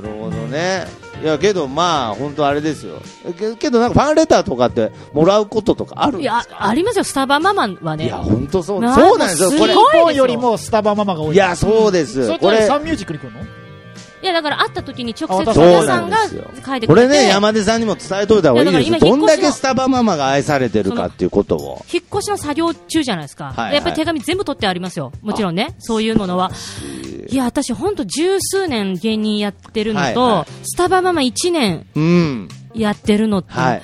S1: るほどね。いや、けどまあ、本当あれですよ。けけどなんかファンレターとかってもらうこととかあるん
S2: い
S1: です
S2: や
S1: か、
S2: ありますよ、スタバママは
S1: ねい
S2: ね
S1: や、。本当そう。
S2: なんか
S1: そうなんですよ、これ
S2: す。
S3: 日
S2: ごい
S3: 本よりもスタバママが多い。
S1: いや、そうで
S3: それ
S1: す。
S3: こ
S1: こ
S3: れ
S1: れ
S3: サ、ンミュージックに来るの
S2: いや、だから会った時に直接皆
S3: あ
S1: そう
S2: さんが
S1: なんですよ
S2: 書いて
S1: こ
S2: くれ
S1: れ
S2: て。
S1: ね、山出さんにも伝えといた方がいいで
S2: いや
S1: す。
S2: だから今
S1: どんだ
S2: 引
S1: け
S2: っ越しの
S1: スタバママが愛されてるかっていうことを。
S2: 引っ越しの作業中じゃないですか。
S1: はいはい
S2: でやっぱり手紙全部取ってありますよ。もちろんね。そういうものは。いや、私ほんと十数年芸人やってるのと、
S1: はいは
S2: スタバママ1年
S1: うん。
S2: やってるのって、
S1: はい。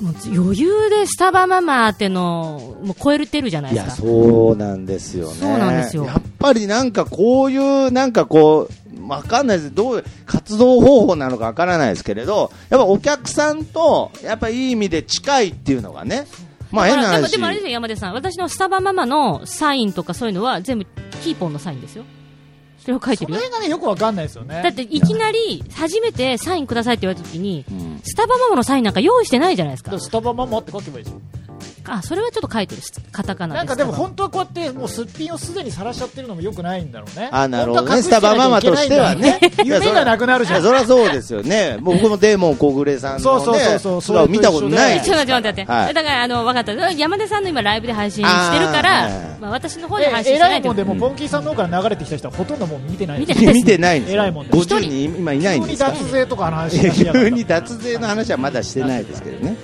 S2: もう余裕でスタバママっての、もう超えてるじゃない
S1: い
S2: で
S1: や、
S2: すか。
S1: そうなんですよね。
S2: そうなんですよ
S1: やっぱりなんかこういう、なんかこう、わかんないです。どういう活動方法なのかわからないですけれど、やっぱお客さんと、やっぱいい意味で近いっていうのがね。まあ
S2: だ
S1: 変
S2: か
S1: な
S2: らでも、
S1: 話。
S2: でもあれですよ、山出さん。私のスタバママのサインとかそういうのは全部キーポンのサインですよ。それを書いて
S3: そ
S2: る
S3: の
S2: よ。
S3: 辺がね、よくわかんないですよね。
S2: だって、いきなり、初めてサインくださいって言われた時に、
S1: うん
S2: スタバママのサインなんか用意してないじゃないです
S3: だ
S2: か
S3: から。スタバママって書けばいいじゃん。
S2: あ、それはちょっと書いてる。カタカナで
S3: な
S2: す
S3: ん
S2: け
S3: か
S2: ど
S3: でも本当はこうやってもうすっぴんをすでに晒しちゃってるのもよくないんだろうね。
S1: あなるほどね
S3: 本当は隠なきゃいけないんだよ
S1: スタバママとしてはね
S3: 夢がなくなるじ ゃん。
S1: いやそりゃそうですよね。僕もデーモン小暮さん
S3: そう
S1: の
S3: そうそう
S1: ね、
S3: そう
S1: 素顔見たことない
S2: え
S1: で
S2: ち
S1: す
S2: ょっと待って待って待って、
S1: はい
S2: だからあの分かった山田さんの今ライブで配信してるから
S1: あーはい
S2: まあ、私の方で配信
S3: え
S2: してな
S3: 偉い
S2: いと
S3: もんで
S2: う
S3: もうポンキーさんの方から流れてきた人はほとんどもう見てない。
S2: 見てない
S1: 見てないんですよ。
S3: 偉いもんで
S1: 50人今いないん
S3: 急
S1: で
S3: に
S1: すか
S3: 脱税とか話しやがっ
S1: 急
S3: た
S1: に脱税の話はまだしてないですけどね。
S2: ですね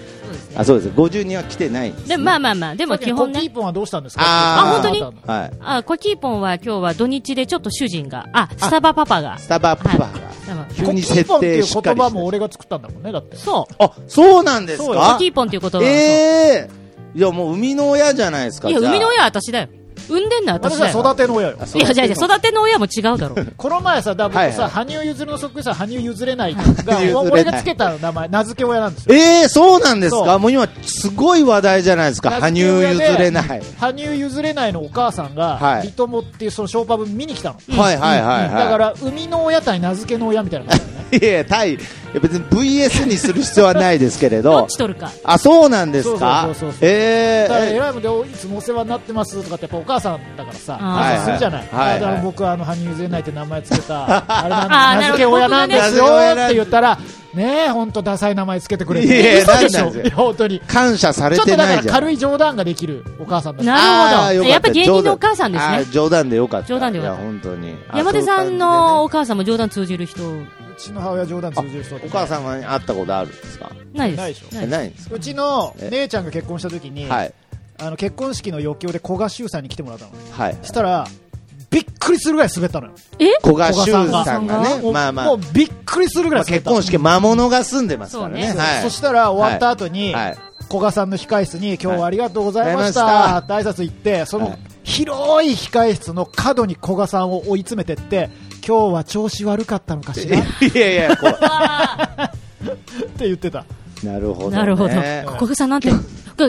S1: あ、そうです。50人は来てないんですね。
S2: でもまあまあまあでも基本
S3: コキ
S2: ね
S3: ーポンはどうしたんですか
S1: あ
S2: ーあ本
S1: はい。
S2: あコキーポンは今日は土日でちょっと主人があスタバパパが
S1: スタバパパが
S2: スタバ
S1: 急に
S3: コキーポン
S1: 設
S3: って
S1: 定
S3: いう
S1: しっ
S3: 言
S1: かり
S3: 葉
S1: して
S3: も俺が作ったんだもんね、だって。
S2: そう
S1: あ、そうなんです
S3: そうよ
S2: コ
S1: か
S2: キーポンっていう言葉はそう
S1: ええいやもう生みの親じゃないですか。
S2: いや
S1: じゃあ
S2: 生みの親は私だよ産んでんのは私
S3: 私
S2: だよ。
S3: は育ての親よ
S2: いや、じゃあじゃあ育ての親も違うだろう。
S3: この前さ、だから僕さ、
S1: はい
S3: 羽生結弦のそっくりさん、羽生譲れないが
S1: 譲れない
S3: 俺がつけた名前、名付け親なんですよ。
S1: えー、そうなんです
S3: そ
S1: か
S3: う
S1: もう今、すごい話題じゃないですか。
S3: 名
S1: 羽
S3: 付け
S1: 生
S3: 親
S1: 譲
S3: で
S1: れない。
S3: 羽生譲れないのお母さんが、
S1: はい
S3: リトモっていうそのショーパブ見に来たの。
S1: はいはいはいはい。
S3: だから、生みの親対名付けの親みたいな感じだよね。
S1: いやいや、対、いや別に VS にする必要はないですけれ
S2: ど
S1: ど
S2: っ。ち取るか。
S1: あ、そうなんですか
S3: そうそうそうそう
S1: え
S3: だから、
S1: ー
S3: 偉いもんで、おいつもお世話になってますとかって、やっぱお母さんだからさ、
S2: あー
S3: 話するじゃない。
S1: はいはい
S3: だから僕はあの、羽生譲れないって名前つけ た、あれなんで
S2: あー
S3: 名付け親なんですよって言ったら、ねえ、ほんとダサい名前つけてくれ
S1: いやい
S3: て。
S1: や
S3: 嘘でし
S1: な
S3: ょ
S1: んなん
S3: いや、本当に。
S1: 感謝され
S3: ちょってとだ
S1: な
S3: か
S1: い
S3: ら
S1: じゃん。
S3: 軽い冗談ができるお母さんだった
S2: な
S1: あー
S2: る
S1: よ
S2: ほ
S1: か
S2: ど。やっぱ芸人のお母さんです
S1: あ
S2: ね
S1: ー。冗談でよかった。
S2: 冗談でよかった
S1: いや、本当に。あ
S2: 山手さんのお母さんも冗談通じる人、
S3: うちの母親冗談通じる人
S1: そういう感じでねお母さんは会ったことあるんですか
S2: ないです。
S3: ないでしょ
S1: えないんです
S3: うちの姉ちゃんが結婚した時に、
S1: かはい。
S3: あの結婚式の余興で古賀修さんに来てもらったの
S1: はい。
S3: したらびっくりするぐらい滑ったのよ
S2: え
S1: 古賀修さんが
S2: 古賀さん
S1: ね、
S3: もう
S1: まあま
S3: も
S1: あ
S3: う、びっくりするぐらい
S1: まあ
S3: 滑っ
S1: 結
S3: た、
S1: 婚式魔物が住んでますからね。
S2: そうね
S1: はい
S3: そしたら終わった後に、
S1: はい。
S3: 古賀さんの控室に今日はありがとうございまし
S1: はい
S3: たって挨拶行ってそ
S1: は
S3: の
S1: い
S3: 広い控室の角に古賀さんを追い詰めてって今日は調子悪かったのかしらっ
S1: いやいや、こ
S3: て言ってた
S1: う。なるほど、ね。
S2: なるほど。ここさんなんて。い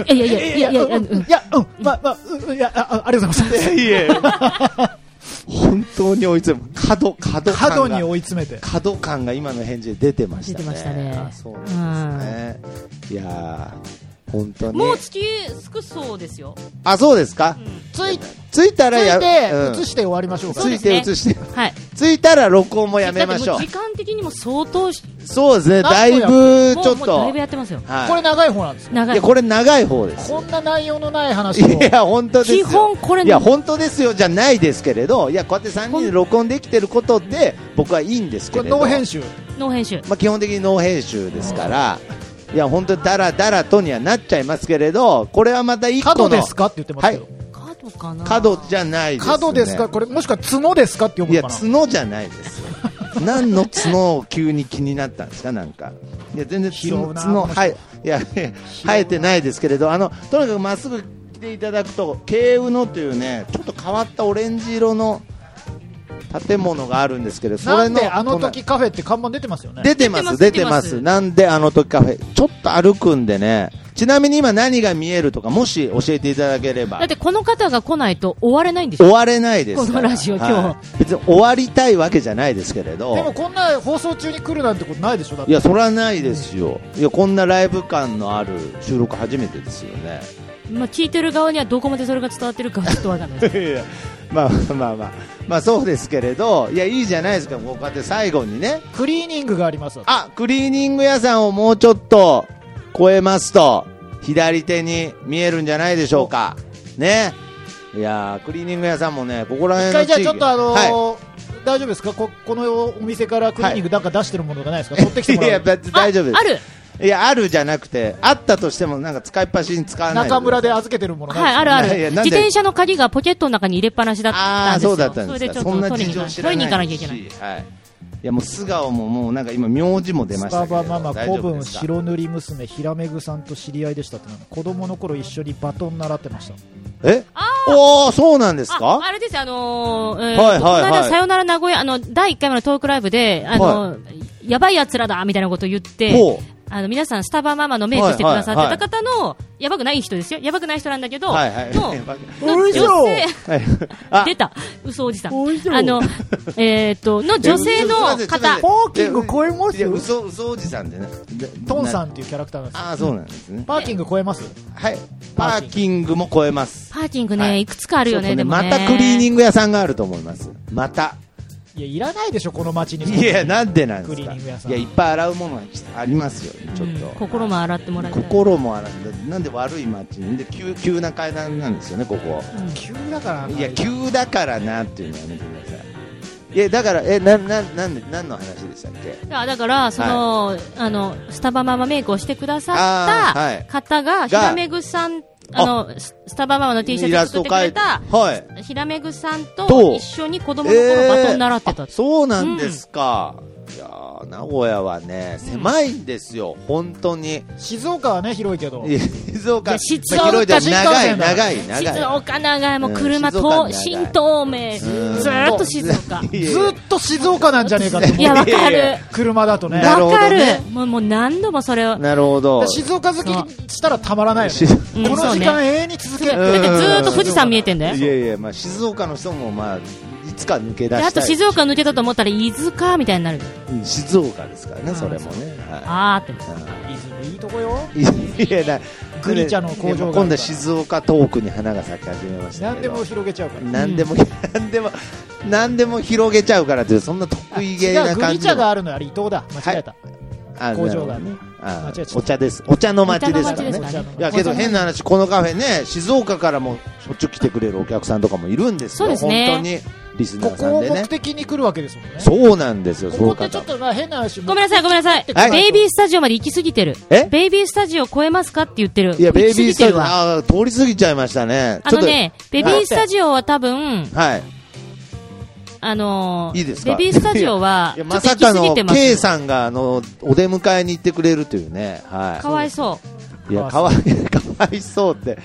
S2: やいやいやい やいや、
S3: うん
S2: うん
S3: いや、うん、まあ、まあ、うんいや、あ、あありがとうございます。
S1: いやいや。本当に追い詰め、角、角感が。
S3: 角に追い詰めて。
S1: 角感が今の返事で出てましたね。
S2: 出てましたね
S1: あそうなんですね。いやー、本当に。
S2: もう月すくそうですよ。
S1: あ、そうですか。
S3: つい、つ
S1: 着いたらや
S3: い
S1: うん
S3: て、移して終わりましょうか。
S2: そう
S1: つ
S2: ですね
S1: いて映して、
S2: はい。
S1: 着いたら録音もやめましょう
S2: だって。も時間的にも相当し、
S1: そうですね、
S3: 何個
S1: だい
S3: や
S1: ぶ
S2: もう
S1: ちょっ
S2: もうだい
S1: と
S2: ぶ。やってますよ。
S1: はい
S3: これ長い方なんですよ。
S2: 長
S1: いや、
S2: い。
S1: これ長い方です。
S3: こんな内容のない話を。
S1: いや、本当ですよ。
S2: 基本これ
S1: いや、本当ですよじゃないですけれど、いや、こうやって3人で録音できてることで、僕はいいんですけ
S3: こ
S1: れ
S3: れ
S1: ど。
S3: 脳編集。
S2: ノー編集。
S1: まあ、基本的にノー編集ですから、いや、本当にダラダラとにはなっちゃいますけれど、これはまた一個
S3: 角
S1: の
S3: ですかって言ってますけど。
S2: 角かな
S1: 角じゃないです、ね。
S3: 角ですかこれ、もしくは角ですかって呼
S1: い
S3: ぶの
S1: や、
S3: かな
S1: 角じゃないですよ。何の角を急に気になったんですか、なんか。いや、全然
S3: 拾う
S1: 角、
S3: な
S1: 角
S3: この人
S1: はい、いや、生えてないですけれど、あの、とにかくまっすぐ来ていただくと、慶雲のというね、ちょっと変わったオレンジ色の建物があるんですけど、それの。
S3: なんであの
S1: 隣
S3: 時カフェって看板出てますよね。
S1: 出てます、出
S2: 出
S1: て
S2: て
S1: ま
S2: ますす
S1: なんであの時カフェ、ちょっと歩くんでね、ちなみに今何が見えるとか、もし教えていただけれ
S2: だっ
S1: ば、
S2: てこの方が来ないと終われないんでし
S1: 終
S2: ょ
S1: われないですから
S2: このラジオ今日
S1: い別に終わりたいわけじゃないですけれど、
S3: でもこんな放送中に来るなんてことないでしょだっ
S1: い
S3: て。
S1: や、それはないですよ、いや、こんなライブ感のある収録、初めてですよ ね。
S2: まあ聞いてる側にはどこまでそれが伝わってるかはちょっとわかんないです
S1: まあまあまあ、まあそうですけれど、いや、いいじゃないですか、こうやって最後にね、
S3: クリーニングがあります。
S1: あクリーニング屋さんをもうちょっと越えますと、左手に見えるんじゃないでしょうか。ね。いやー、クリーニング屋さんもね、ここら
S3: 一回
S1: 辺の地
S3: じゃあ
S1: 域
S3: ちょっとあの
S1: は
S3: ー、大丈夫ですかこ、このお店からクリーニングなんか出してるものがないですか取ってきても
S1: い、い
S3: ら
S1: や、
S3: う。
S1: 別に 大丈夫です。
S2: あある
S1: いや、あるじゃなくて、あったとしても、なんか使いっ走りに使わない。
S3: 中村で。預けてるものない
S2: はい、
S3: ですか
S2: あるある。
S1: いやいや
S2: 自
S1: なんで
S2: 転車の鍵がポケットの中に入れっぱなしだった
S1: あ
S2: ん
S1: あ、
S2: ですよ。
S1: そうだったんですか。
S2: それでち
S1: そ
S2: ょ
S1: ん
S2: っと
S1: な
S2: 取りに
S1: 事
S2: 行
S1: 情
S2: か
S1: 知
S2: 取
S1: ら
S2: りに行か
S1: な
S2: ないきゃいけない。
S1: し。はい。いや、もう素顔ももうなんか今、名字も出ま
S3: ス
S1: した
S3: タ
S1: けれど。
S3: バママ
S1: 大丈
S3: 古
S1: 夫で
S3: 文
S1: すか
S3: 白塗り娘平めぐさんと知り合いでしたってなの子供の頃一緒にバトン習ってました
S1: えおー、そうなんです
S2: あ、
S1: か
S2: あれですよ、あのー、えー
S1: はいはいはい
S2: この間、さよなら名古屋、あの、第1回目のトークライブで、あのーやばい奴らだみたいなことを言って、
S1: ほう。
S2: あの、皆さん、スタバママのメイクしてくださ
S1: はい
S2: っ
S1: は
S2: て
S1: い
S2: た方の、やばくない人ですよ。やばくない人なんだけど、
S1: はい はい。
S2: の、の
S3: おい
S2: 女
S3: しょ
S2: 性、
S1: はい。あ
S2: 出た、嘘おじさん。
S3: おいしょ
S2: あの、えーっと、の女性の
S1: え嘘嘘
S2: 方
S1: 嘘、
S3: パーキング超えますよ
S1: いや嘘嘘おじさんでね。で
S3: トンさ
S1: なん
S3: っていうキャラクターなんですよ
S1: ああ、そうなんですね。
S3: パーキング超えます
S1: はい。パ
S3: パ
S1: ー
S3: ー
S1: キングも超えます。
S2: パーキング
S1: は
S2: ね、
S1: い
S2: いくつかあるよ
S1: ちょ
S2: ね、
S1: っと
S2: でも
S1: ま
S2: ね。
S1: たクリーニ
S2: ング。
S1: ング屋さんがあると思います。また。
S3: いやいらないでしょこの街に
S1: いや、なんでなんですか。
S3: クリーニング屋さん
S1: いや、いっぱい洗うものはありますよ、ちょっと。
S2: 心も洗ってもらいたい。
S1: 心も洗う。なんで悪い街に。で、急、急な階段なんですよね、ここ。
S3: 急だから
S1: いや、急だからなっていうのはやめてください。いや、だから、え、な、な、なんで、何の話でしたっけ
S2: いやだから、その、あの、スタバママメイクをしてくださ
S1: あーは
S2: った
S1: い
S2: 方が、ひらめぐさん、あの、ススタバママの T シャツを作ってくれた、
S1: はい。
S2: ひらめぐさん
S1: どう
S2: と一緒に子供の頃バトン習ってた
S1: えーあ。そうなんですか、いやー名古屋はね、狭いんですよ、本当に。
S3: 静岡はね広いけど
S1: いや静岡、
S2: 静
S3: 岡
S1: 広いです
S3: 新幹
S1: 長い、
S3: 線だ
S1: 長い、長い。
S2: 静岡長い、もう車
S1: うん静岡長
S2: と、
S1: い
S2: 新東名、ず
S1: うん
S2: ーっと静岡。
S1: いやいや
S3: ずっと静岡なんじゃねえかと思う
S2: いや、わか
S1: いやいや
S2: る。
S3: 車だとね
S1: なるほ
S2: わ
S1: ど
S2: か
S1: ね
S2: る。もう、もう何度もそれを。
S1: なるほど。
S3: 静岡好きにしたらたまらないよ
S1: し
S3: ね
S2: う
S3: こ
S2: ん
S3: の
S2: そう
S3: 時
S2: ね。
S3: 間永遠に続け
S1: う
S2: だってずーっと富士山見え
S3: て
S2: てんだよ。
S1: いやいや、まあ、静岡の人も、まあ、いつか抜け出
S2: で
S1: したい。
S2: あと静岡抜けたと思ったら、伊豆か、みたいになる。
S1: うん静岡ですからね、それもね。は
S2: あーって。
S3: 伊豆もいいとこよ
S1: いうん。い や、だ
S3: グリチャの工場があるから
S1: 今度は静岡トークに花が咲き始めました
S3: 何
S1: け
S3: で
S1: ど。
S3: も広げちゃうから
S1: 何でも、何でも、何でも広げちゃうからっていう、そんな得意げ
S3: 違
S1: な
S3: うグ
S1: 感
S3: リ
S1: じ
S3: チ
S1: の。
S3: ャがあるのよあれ伊東だ間違えた
S1: あ
S3: 工場がね
S1: あ
S3: 間違えちゃった
S1: お茶です。お茶の街です
S2: お
S1: か
S2: 茶
S1: ら
S2: の街
S1: ね
S2: です。からね
S1: いやけど変な話、このカフェね、静岡からもしょっちゅう来てくれるお客さんとかもいるんですよ、
S2: そうですね
S1: 本当に、リスナ
S3: こ
S1: ー
S3: こ
S1: さん
S3: を
S1: で
S3: 目
S1: ね。
S3: 的に来るわけですもんね
S1: そうなんですよ、そ
S3: ここ
S1: の
S3: ってち
S1: 方
S3: ょっ。とまあ変な話
S2: ごめんなさい、ごめんなさい。
S1: はい
S2: ベイビースタジオまで行き過ぎてる。
S1: え
S2: ベイビースタジオ超えますかって言ってる。
S1: いや、ベイビースタ
S2: 行き過ぎて
S1: ジ
S2: る
S1: オ、
S2: わ。
S1: あー通り過ぎちゃいましたね。
S2: あ
S1: ちょ
S2: の
S1: っと
S2: ね、ベビースタジオは多分、
S1: はい。
S2: あのー
S1: いいですか
S2: ベビースタジオは、
S1: い
S2: ちょ
S1: や
S2: っと
S1: ま
S2: 行
S1: さ
S2: き過
S1: か
S2: ぎ
S1: の
S2: てます。
S1: K さんがあのお出迎えに行ってくれるというね、は
S2: かわいそう。
S1: い、いやかわいかわい そうって、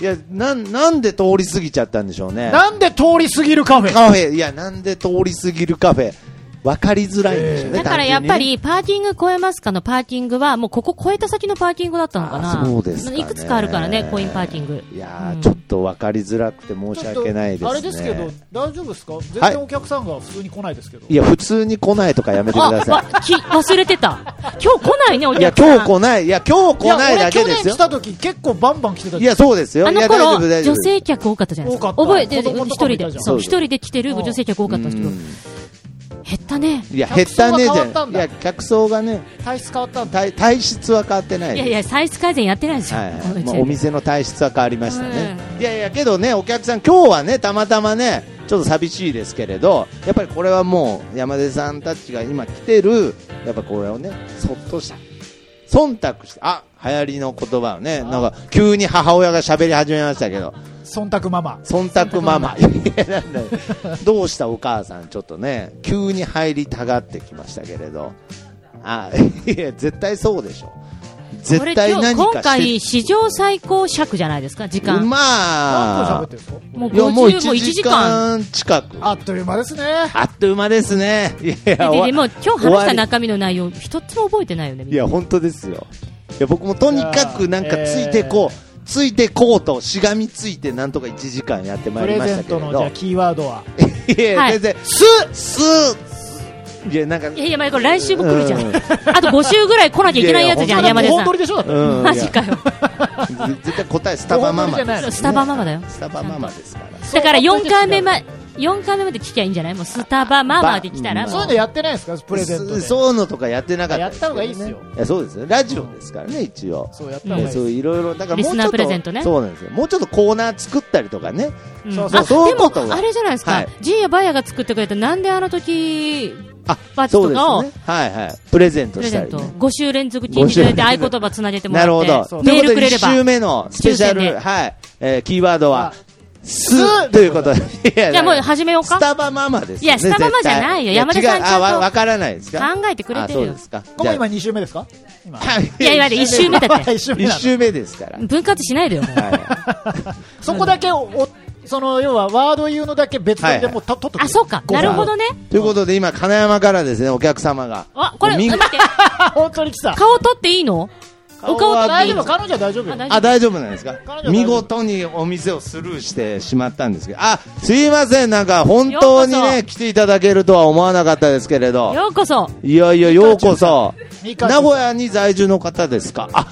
S1: いやなんなんで通り過ぎちゃったんでしょうね、
S3: なんで通り過ぎるカフェ
S1: カフェ、いや、なんで通り過ぎるカフェ、分かりづらいんでしょうね、
S2: だからやっぱり、パーキング超えますかのパーキングは、もうここ超えた先のパーキングだったのかな。
S1: あそうですかね
S2: いくつかあるからね、コインパーキング。
S1: いやー、
S2: うん
S1: ちょっと分かりづらくて申し訳ないですね。
S3: あれですけど大丈夫ですか全
S1: はい
S3: 然お客さんが普通に来ないですけど
S1: いや、普通に来ないとかやめてく
S2: あ、
S1: ださ
S2: わき、忘れてた。今日来ないね、お
S1: い。いや、
S2: 客さん。
S1: 今日来ない。いや、今日来ないだけ
S3: 俺
S1: で
S3: 去年
S1: すよ
S3: 来。た時結構バンバン来てた
S1: いや、そうですよ。
S2: あの
S1: いや、大丈
S2: 頃、
S1: 夫、大丈夫
S2: 女。性客多かったじゃないですか。
S3: 多か
S2: 覚
S3: った
S2: えてる
S3: 子供
S2: 一
S3: とか
S2: 人
S3: もいたじゃん
S2: で、そう、
S1: そう
S2: 一人で来てる
S3: うん
S2: 女性客多かったんですけど、
S1: う
S2: 減
S1: ん
S2: ったね。
S1: いや、減ったねじ
S3: 客層が変
S1: ゃ
S3: わったん
S1: い
S3: だ
S1: や、客層がね、
S3: 体質変わったんだ
S1: 体体質は変わってない
S2: い
S1: で
S2: や
S1: す。
S2: いや、サイズ改善やってないですよ。
S1: はい
S2: この
S1: はい
S2: 一
S1: まあ、
S2: 年
S1: お店の体質は変わりましたね、いやいや、けどね、お客さん、今日はね、たまたまね、ちょっと寂しいですけれど、やっぱりこれはもう、山出さんたちが今来てる、やっぱこれをね、そっとした、忖度して、あ流行りの言葉をね、なんか、急に母親が喋り始めましたけど、
S3: 忖度ママ
S1: 忖度ママ、いや なんだよどうしたお母さん、ちょっとね、急に入りたがってきましたけれど、あいや、絶対そうでしょ。
S2: こ
S1: 絶
S2: れ
S1: 対
S2: 今日
S1: 何
S2: 今
S1: かして
S2: 回、史上最高尺じゃないですか、時間。
S1: ま
S3: 何分喋っ
S1: あ
S3: て、るんですか
S2: もう
S1: いやも
S2: 50、
S1: う
S2: もう
S1: 1
S2: 1
S1: 時
S2: 時間。
S1: 間近く。
S3: あっという間ですね
S1: あっという間ですね。いや、
S2: ででで
S1: 終
S2: も
S1: わ
S2: う今日
S1: 終
S2: 話
S1: わ
S2: し
S1: り
S2: た中身の内容、一つも覚えてないよね、みん
S1: い
S2: な
S1: や、本当ですよ。いや、僕もとにかくなんかついてこう、ついてこうと、しがみついてなんとか1時間やってま
S3: プ
S1: いり
S3: レ
S1: まし
S3: ゼ
S1: た
S3: ン
S1: けれ
S3: トのじゃあ
S1: ど。
S3: キーワードはい
S1: や、
S2: はい
S1: 全然、
S3: す
S1: すいや、なんか、
S2: いやいや、まあこれ来週も来るじゃん。
S1: うん
S2: あと5週ぐらい来なきゃいけないやつじゃん、
S1: いやいや
S2: 山田
S3: 本
S2: さ。
S3: 当にでしょだって
S1: うんん。
S2: マジかよ。
S1: いや。絶対答え、スタバママ
S3: ご本人じゃない
S1: で
S3: の
S1: す。
S2: スタバママだよ。
S1: スタバママですから。
S2: だから4回目ま、4回目まで聞きゃいいんじゃないもうスタバママで来たら。
S3: そういう
S2: も
S3: のやってないですかプレゼント
S1: そ
S3: で
S1: そういうのとかやってなかったですけどね
S3: やった方がいいっすよ
S1: やそうですねラジオですからね一応
S3: そうやった
S1: い
S3: 方がいい
S1: やそういろいろだからもうちょっと
S2: リスナープレゼントね
S1: そうなんですよもうちょっとコーナー作ったりとかね
S2: うん
S3: そうそう
S2: あ、で
S1: そういうこと
S2: も、
S1: が
S2: あれじゃないです
S1: は
S2: か
S1: い。
S2: ジンやバイヤが作ってくれた、なんであの時、
S1: あ
S2: バッジ
S1: そ
S2: と
S1: うです
S2: かを
S1: ねはいはいプレゼン
S2: プ
S1: ト
S2: レ
S1: し
S2: ゼ
S1: た
S2: ン
S1: り
S2: ト、
S1: ね
S2: 5週連続聞いていただいて合言葉つなげてもら
S1: なるほ
S2: っ
S1: ど
S2: て、メールくれれ
S1: 1週
S2: ば。
S1: 目のスペシ
S2: 抽
S1: ャ
S2: 選で
S1: ルはいえーキーワードは
S3: あ
S1: 「す」ということでいや
S2: じゃあもう
S1: だから
S2: 始めようか
S1: ス。タバママですよね
S2: いやスタバママじゃないよ
S1: 絶
S2: 山田
S1: 対
S2: さん
S1: 違う
S2: ちゃんと
S1: あわわからないですか
S2: 考えてくれてるよ
S1: あそうですか
S3: ここ今2週目ですか今
S2: いやいや、1週 目だっ て。
S3: 一周目
S1: 1
S3: なの
S1: 週目で すから
S2: 分割しない でよ、もう。
S1: はい
S3: そこだけおおその要はワード言うのだけ別撮りでもうと取っとく
S2: あ、そうか。なるほどね。
S1: ということで、今、金山からですね、お客様が。
S2: あ、これ、
S1: みん
S2: 待って、
S3: あ本当に来た
S2: 顔取っていいのお顔取って
S3: 大
S2: いい
S3: 丈夫
S2: の
S3: 彼女は大丈夫
S2: あ
S3: よ
S2: 大丈
S1: あ、大丈夫なんですか
S3: 彼女は
S1: 見事にお店をスルーしてしまったんですけど。あ、すいません、なんか、本当に
S2: ようこ
S1: ね、来ていただけるとは思わなかったですけれど。
S2: ようこそ。
S1: いやいや、ようこそ。
S3: 三
S1: 名
S3: 河
S1: 古屋に在住の方ですか。あ、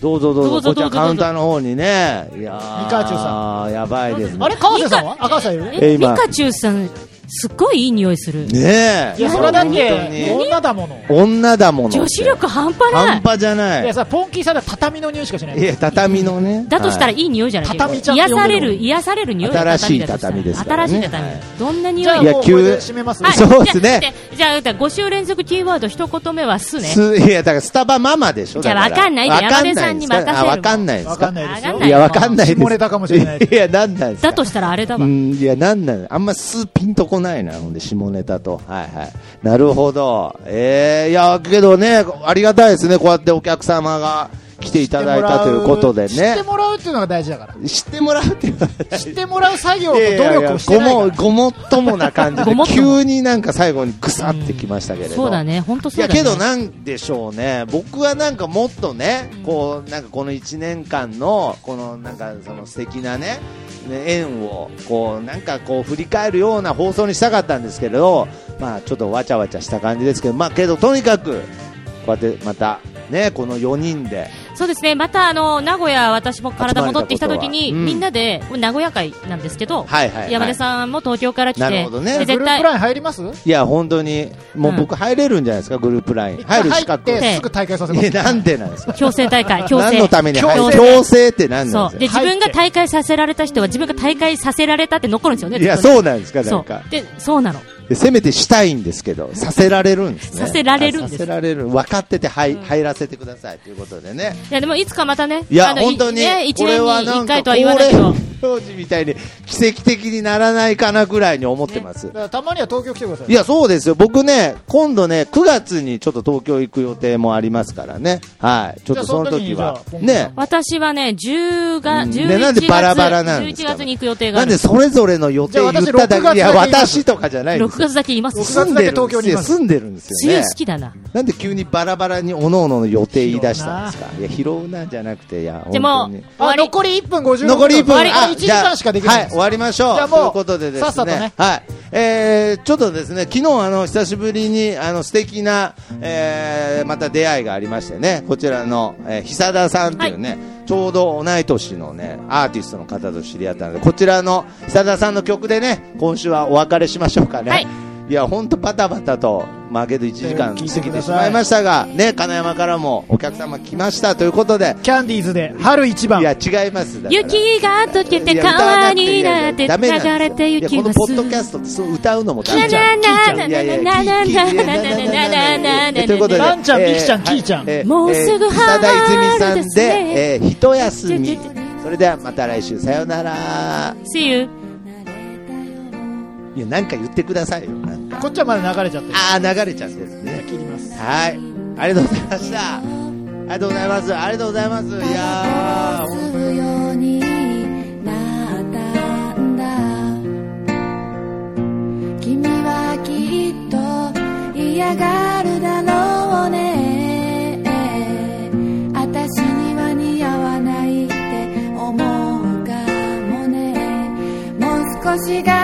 S1: どうぞどう
S2: どう
S1: ぞ、
S2: ぞ
S1: こちら
S2: どうぞどうぞ
S1: カウンターの方にね。いや
S3: 三河中さ
S1: ー、やばいですね
S3: あ。れ川瀬さんはあ川瀬さんいる
S1: え
S2: え、ミ
S1: 今
S2: カチュウさん、すっごいいい匂いする。
S1: ねえ。
S3: いやそれだ
S1: 本当
S3: け
S1: に
S3: 女だもの
S1: 女だものって。
S2: 女子力半端な
S1: 半
S2: い。
S1: 端じゃない
S3: や
S1: い。
S3: さポンキーさんだ畳の匂いしかしない
S1: いや、畳のね。
S2: だとしたら
S1: はい
S2: い匂いじゃない
S3: 畳ちゃんって
S2: 癒
S3: 呼んでる
S2: される、癒される匂い
S1: 新しい畳ですからね
S2: 新しい畳。
S1: はい
S2: どんな
S3: じ
S2: 匂い
S3: ゃあ
S2: を
S3: もうこれで締めます
S2: はい
S1: そうっすね
S2: じゃあじゃあ、じゃあ、5週連続キーワード一言目はすね。
S1: すいや、だからスタバママでしょ
S2: じゃあ
S1: だら
S2: わかんないで
S1: わかん
S2: 山根さんに任せる
S1: あわかんないです
S3: わ
S1: か
S3: かんないです
S2: わかん
S3: よ
S2: ない
S1: や、わかんないです。
S3: 下ネタかもしれない
S1: いや、なんなんですか
S2: だとしたらあれだ
S1: う
S2: わ。
S1: ん、いや、なんなんあんまスーピンとこないな、ほんで、下ネタと。はいはい。なるほど。えー、いや、けどね、ありがたいですね、こうやってお客様が来ていただいたということで
S3: 知っ
S1: ね
S3: て。もらうっていうのが大事だから
S1: 知ってもらうっていうのは大
S3: 知
S1: 事
S3: ってもらう作業と努力をしてない
S1: いやい
S3: か
S1: や
S3: ら
S1: ごも、ごもっともな感じ
S2: ご
S1: で
S2: もっと、も
S1: 急になんか最後にぐさってきましたけれど。
S2: そうだね、本当
S1: い
S2: そう
S1: や
S2: だね。
S1: けどなんでしょうね、僕はなんかもっとね、こうなんかこの1年間のこのなんかその素敵なね、ね縁をこうなんかこう振り返るような放送にしたかったんですけれど、まあちょっとわちゃわちゃした感じですけど、まあけどとにかくこうやってまたねこの4人で、
S2: そうですね、またあの、名古屋、私も体戻ってきたときに、
S1: 集まれたことはうん
S2: みんなで、名古屋会なんですけど、
S1: はいはいはい
S2: 山根さんも東京から来て、
S1: なるほどね
S2: で
S3: グ
S2: 絶
S3: ルー
S2: 対
S3: プ、ライン入ります
S1: いや本当にもう
S2: うん
S1: 僕入れるんじゃないですか、グループライン入る資格。
S3: 入っ
S1: い
S3: てすぐ大会させます
S1: やなんでなんですか。
S2: 強制大会、強
S1: 何
S2: 制
S1: の。ために入る
S2: 強制
S1: 強制って何なん
S2: そう。で、
S1: です
S2: 自分が大会させられた人は、自分が大会させられたって残るんですよね。
S1: か。いや
S2: ずっとね
S1: そうなんですかなんか
S2: そ。う。で、そうなの。
S1: でせめてしたいんですけど、させられるんですね。
S2: させられるんです
S1: あさせられる。分かってて、はい、入らせてくださいということでね。
S2: いや、でもいつかまたね、
S1: いや、
S2: あの
S1: 本当に、
S2: ね、一
S1: こ
S2: 年
S1: れ
S2: に
S1: はなん
S2: 一
S1: か
S2: 回とは言わないけど
S1: 恒、例行事みたいに奇跡的にならないかなぐらいに思ってます。
S3: だからたまには東京来てください
S1: いや、そうですよ。僕ね、今度ね、9月にちょっと東京行く予定もありますからね。はい。ちょっとその時は
S3: じゃあ、その時にじゃあ
S1: ね。
S2: 私はね、10が、
S1: う
S2: 11
S1: ん
S2: 月、
S1: でなんでバラバラなんです
S2: 11
S1: か
S2: 月に行く予定があ
S1: なん
S2: る
S1: でそれぞれの予定
S3: じゃあ
S1: 言っ
S3: 私
S1: ただけ、いや、
S3: 6月だけ言います
S1: 私とかじゃないんで
S2: 6
S1: すよ。
S2: 月だけいます。
S3: 6月
S2: 梅
S1: 住んでるん
S3: 東京にい
S1: ですよ
S3: ます
S1: 住んでるんですよね。
S2: 雨好きだな。
S1: なんで急にバラバラにおのおのの予定言い出したんですかいや拾うなじゃなくていや
S2: でも
S1: 本当に
S3: あ
S2: 終わり
S3: 残り1分56秒
S1: 残り1分
S3: あれ1時
S1: じゃあ
S3: 間しかできない
S1: はい終わりましょう
S3: じゃあもう
S1: ということでですね
S3: さっさとね
S1: はいえー、ちょっとですね昨日あの久しぶりにあの素敵な、えー、また出会いがありましてねこちらの、えー、久田さんというね、ちょうど同い年のねアーティストの方と知り合ったのでこちらの久田さんの曲でね今週はお別れしましょうかね、
S2: はい
S1: いや本当バタバタと、まあ、けど1時間過ぎてしまいましたが、ね、金山からもお客様来ましたということで、
S3: キャンディーズで春一番
S1: いや、違います、だから
S2: 雪が溶けて川になって流れて行きます。
S1: このポッドキャストってそう歌うのもダメじゃん。ということで、もうすぐ春田泉さんで、えー、一休み。それではまた来週、さよなら。
S2: See you.
S1: いや、なんか言ってくださいよ、なんか。
S3: こっちはまだ流れちゃってる
S1: ああ、流れちゃってるね。
S3: 切ります
S1: はい。ありがとうございました。ありがとうございます。ありがとうございます。いやー、
S5: するようになったんだ君はきっと嫌がるだろうね私には似合わないって思うかもねもう少し我